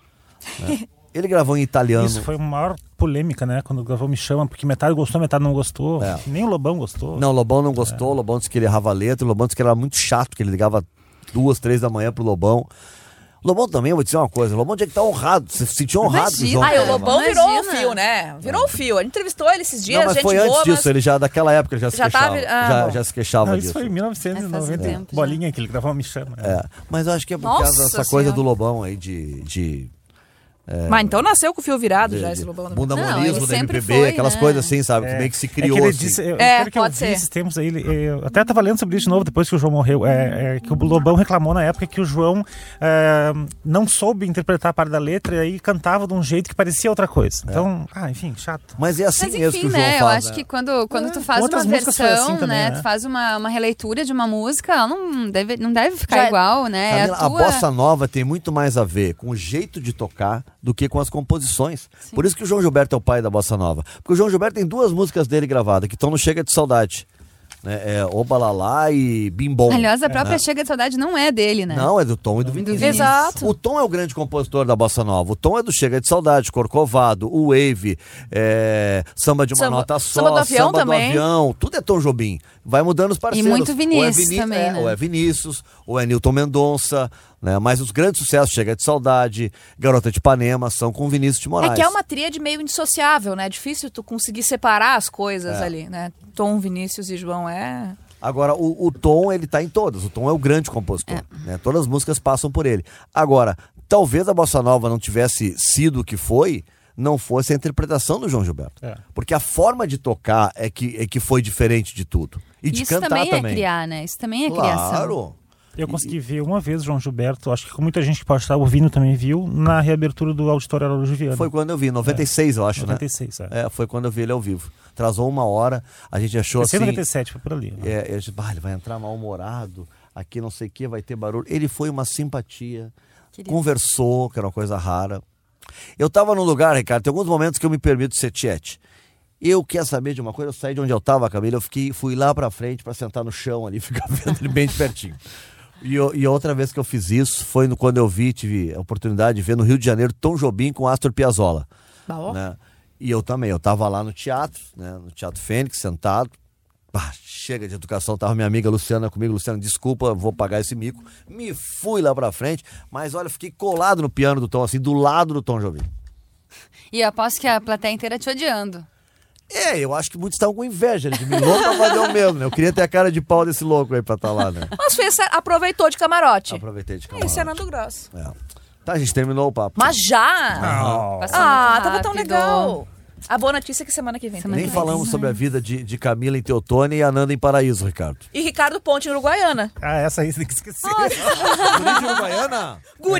[SPEAKER 3] né? Ele gravou em italiano.
[SPEAKER 5] Isso foi uma maior polêmica, né? Quando gravou Me Chama, porque metade gostou, metade não gostou.
[SPEAKER 3] É.
[SPEAKER 5] Nem o Lobão gostou. Ah,
[SPEAKER 3] Não, o Lobão não gostou, o Lobão disse que ele errava a letra, o Lobão disse que ele era muito chato, que ele ligava duas, três da manhã pro Lobão. O Lobão também, eu vou dizer uma coisa, o Lobão tinha que estar honrado, se sentiu honrado com o
[SPEAKER 4] Imagina.
[SPEAKER 3] João.
[SPEAKER 4] Ah,
[SPEAKER 6] Ah, e o
[SPEAKER 3] Carnaval.
[SPEAKER 6] Lobão virou um
[SPEAKER 4] Imagina.
[SPEAKER 6] fio, né? Virou um fio. A gente entrevistou ele esses dias,
[SPEAKER 3] Não, mas
[SPEAKER 6] gente
[SPEAKER 3] foi antes
[SPEAKER 6] boa,
[SPEAKER 3] disso,
[SPEAKER 6] mas...
[SPEAKER 3] ele já, daquela época, ele já se
[SPEAKER 6] Já
[SPEAKER 3] queixava.
[SPEAKER 6] tava- ah,
[SPEAKER 3] já,
[SPEAKER 6] bom.
[SPEAKER 3] já se queixava
[SPEAKER 5] Não,
[SPEAKER 3] disso.
[SPEAKER 5] isso foi em
[SPEAKER 4] É, faz um
[SPEAKER 5] 1990.
[SPEAKER 4] tempo já.
[SPEAKER 5] Bolinha que ele gravou Me Chama. né?
[SPEAKER 3] É, mas eu acho que é por
[SPEAKER 6] Nossa
[SPEAKER 3] causa dessa
[SPEAKER 6] Senhora.
[SPEAKER 3] coisa do Lobão aí de... de,
[SPEAKER 6] Mas então nasceu com o fio virado
[SPEAKER 3] de,
[SPEAKER 6] já,
[SPEAKER 3] de
[SPEAKER 6] esse Lobão. né?
[SPEAKER 4] Não,
[SPEAKER 3] bundamonismo
[SPEAKER 4] ele
[SPEAKER 3] da
[SPEAKER 4] sempre
[SPEAKER 3] MPB,
[SPEAKER 4] foi,
[SPEAKER 3] aquelas
[SPEAKER 4] né?
[SPEAKER 3] coisas assim, sabe? Que meio que se criou
[SPEAKER 5] É que ele
[SPEAKER 3] assim.
[SPEAKER 5] disse, eu,
[SPEAKER 6] É,
[SPEAKER 5] é, que eu
[SPEAKER 6] pode
[SPEAKER 5] vi
[SPEAKER 6] ser.
[SPEAKER 5] esses tempos aí, ele- é, eu até tava lendo sobre isso de novo depois que o João morreu, é, é, que o Lobão reclamou na época que o João é, não soube interpretar a parte da letra e aí cantava de um jeito que parecia outra coisa. Então, ah, enfim, chato.
[SPEAKER 3] Mas é assim
[SPEAKER 4] Mas
[SPEAKER 3] mesmo que
[SPEAKER 4] enfim,
[SPEAKER 3] o João
[SPEAKER 4] né? Eu
[SPEAKER 3] faz,
[SPEAKER 4] acho
[SPEAKER 3] né?
[SPEAKER 4] que quando, quando tu faz uma
[SPEAKER 5] Outras músicas foi
[SPEAKER 4] versão,
[SPEAKER 5] assim também,
[SPEAKER 4] né?
[SPEAKER 5] né?
[SPEAKER 4] Tu faz uma, uma releitura de uma música, ela não deve, não deve ficar
[SPEAKER 6] Já-
[SPEAKER 4] igual, né? É
[SPEAKER 3] Camila,
[SPEAKER 4] a tua...
[SPEAKER 3] bossa nova tem muito mais a ver com o jeito de tocar do que com as composições. Por isso que o João Gilberto é o pai da bossa nova. Porque o João Gilberto tem duas músicas dele gravadas, que estão no Chega de Saudade. Né? É Obalalá e Bimbom.
[SPEAKER 4] Aliás, a própria Chega de Saudade não é dele, né?
[SPEAKER 3] É. Não, é do Tom e do Vinícius.
[SPEAKER 4] Vinícius. Exato.
[SPEAKER 3] O Tom é o grande compositor da bossa nova. O Tom é do Chega de Saudade, Corcovado, o Wave, é, Samba de uma
[SPEAKER 6] Samba-
[SPEAKER 3] Nota Só,
[SPEAKER 6] Samba do Avião também.
[SPEAKER 3] Avião, tudo é Tom Jobim. Vai mudando os parceiros.
[SPEAKER 4] muito
[SPEAKER 3] Ou é
[SPEAKER 4] Vinícius
[SPEAKER 3] Vini-
[SPEAKER 4] também,
[SPEAKER 3] é,
[SPEAKER 4] né?
[SPEAKER 3] Ou é Vinícius, ou é Newton Mendonça, né? Mas os grandes sucessos, Chega de Saudade, Garota de Ipanema, são com Vinícius de Moraes.
[SPEAKER 6] É que é uma tríade meio indissociável, né? É difícil tu conseguir separar as coisas
[SPEAKER 3] É.
[SPEAKER 6] ali, né? Tom, Vinícius e João é.
[SPEAKER 3] Agora, o, o Tom, ele tá em todas. O Tom é o grande compositor. né? Todas as músicas passam por ele. Agora, talvez a Bossa Nova não tivesse sido o que foi, não fosse a interpretação do João Gilberto.
[SPEAKER 5] É.
[SPEAKER 3] Porque a forma de tocar é que, é que foi diferente de tudo. E de
[SPEAKER 4] Isso
[SPEAKER 3] cantar
[SPEAKER 4] também,
[SPEAKER 3] também.
[SPEAKER 4] é criar, né? Isso também é criação.
[SPEAKER 3] Claro.
[SPEAKER 5] Eu consegui ver uma vez o João Gilberto, acho que muita gente que pode estar ouvindo também viu, na reabertura do Auditório Araújo Viana.
[SPEAKER 3] Foi quando eu vi, 96, eu acho, né?
[SPEAKER 5] 96, é.
[SPEAKER 3] É, foi quando eu vi ele ao vivo. Atrasou uma hora, a gente achou
[SPEAKER 5] é
[SPEAKER 3] assim...
[SPEAKER 5] 197, foi por ali. né?
[SPEAKER 3] É, eu disse, "Bah, ele vai entrar mal-humorado, aqui não sei o que, vai ter barulho. Ele foi uma simpatia, conversou, que era uma coisa rara. Eu tava num lugar, Ricardo, tem alguns momentos que eu me permito ser tiete. Eu quero saber de uma coisa, eu saí de onde eu tava, Camila, eu fiquei, fui lá pra frente pra sentar no chão ali, ficar vendo ele bem de pertinho. E, eu- e outra vez que eu fiz isso foi no- quando eu vi, tive a oportunidade de ver no Rio de Janeiro Tom Jobim com Astor Piazzolla né? E eu também, eu tava lá no teatro, né? No Teatro Fênix, sentado. Pá, chega de educação, tava minha amiga Luciana comigo, Luciana, desculpa, vou pagar esse mico. Me fui lá pra frente, mas olha, fiquei colado no piano do Tom, assim, do lado do Tom Jobim.
[SPEAKER 4] E eu aposto que a plateia inteira te odiando.
[SPEAKER 3] É, eu acho que muitos estavam com inveja né, de mim, louco pra fazer o mesmo, né? Eu queria ter a cara de pau desse louco aí pra estar lá, né?
[SPEAKER 6] Mas fez, aproveitou de camarote.
[SPEAKER 3] Aproveitei de
[SPEAKER 6] Isso é
[SPEAKER 3] camarote.
[SPEAKER 6] Nando Grosso.
[SPEAKER 3] É. Tá, a gente terminou o papo.
[SPEAKER 6] Mas já!
[SPEAKER 4] Passou
[SPEAKER 6] Ah,
[SPEAKER 4] muito
[SPEAKER 6] tava tão
[SPEAKER 4] rápido.
[SPEAKER 6] legal. A boa notícia é que semana que vem. tem.
[SPEAKER 4] Semana
[SPEAKER 3] Nem
[SPEAKER 4] Mas-
[SPEAKER 3] falamos sobre a vida de, de Camila em Teotônia e Ananda em Paraíso, Ricardo.
[SPEAKER 6] E Ricardo Ponte em Uruguaiana.
[SPEAKER 5] Ah, essa aí tem que esquecer.
[SPEAKER 6] Guri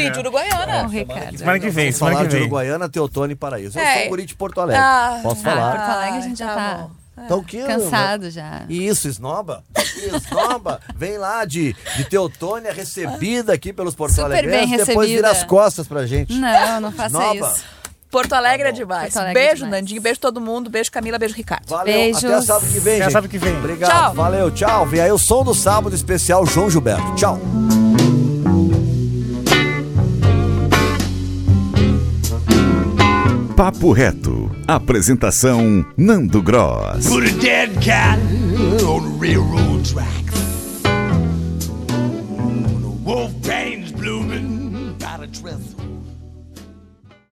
[SPEAKER 3] É.
[SPEAKER 6] de Uruguaiana.
[SPEAKER 4] Bom, Ricardo.
[SPEAKER 5] Semana que vem, semana
[SPEAKER 3] Falar
[SPEAKER 5] que
[SPEAKER 3] de
[SPEAKER 5] vem.
[SPEAKER 3] Uruguaiana, Teotônia e Paraíso. Eu
[SPEAKER 6] É.
[SPEAKER 3] sou um guri de Porto Alegre.
[SPEAKER 6] Ah.
[SPEAKER 3] Posso
[SPEAKER 4] Ah,
[SPEAKER 3] falar?
[SPEAKER 4] Porto Alegre a gente já
[SPEAKER 6] tá
[SPEAKER 4] tá
[SPEAKER 6] bom.
[SPEAKER 3] Então o que?
[SPEAKER 4] cansado já.
[SPEAKER 3] E Isso, esnoba? Esnoba? Vem lá de, de Teotônia, recebida aqui pelos Porto
[SPEAKER 4] Super
[SPEAKER 3] Alegre.
[SPEAKER 4] bem
[SPEAKER 3] Depois vira
[SPEAKER 4] recebida.
[SPEAKER 3] as costas pra gente.
[SPEAKER 4] Não, não faça
[SPEAKER 3] Nova.
[SPEAKER 4] isso.
[SPEAKER 6] Porto Alegre é demais.
[SPEAKER 4] Porto Alegre é
[SPEAKER 6] beijo,
[SPEAKER 4] demais.
[SPEAKER 6] Nandinho. Beijo todo mundo. Beijo, Camila. Beijo, Ricardo.
[SPEAKER 3] Valeu,
[SPEAKER 4] Beijos.
[SPEAKER 3] até sábado que vem,
[SPEAKER 5] Até
[SPEAKER 3] gente.
[SPEAKER 5] sábado que vem.
[SPEAKER 3] Obrigado,
[SPEAKER 6] Tchau.
[SPEAKER 3] valeu, tchau. Vem aí o som do sábado especial João Gilberto. Tchau.
[SPEAKER 1] Papo reto. Apresentação Nando Gross.
[SPEAKER 2] Put a dead cat on the railroad tracks. Wolf pain's blooming, got a dress.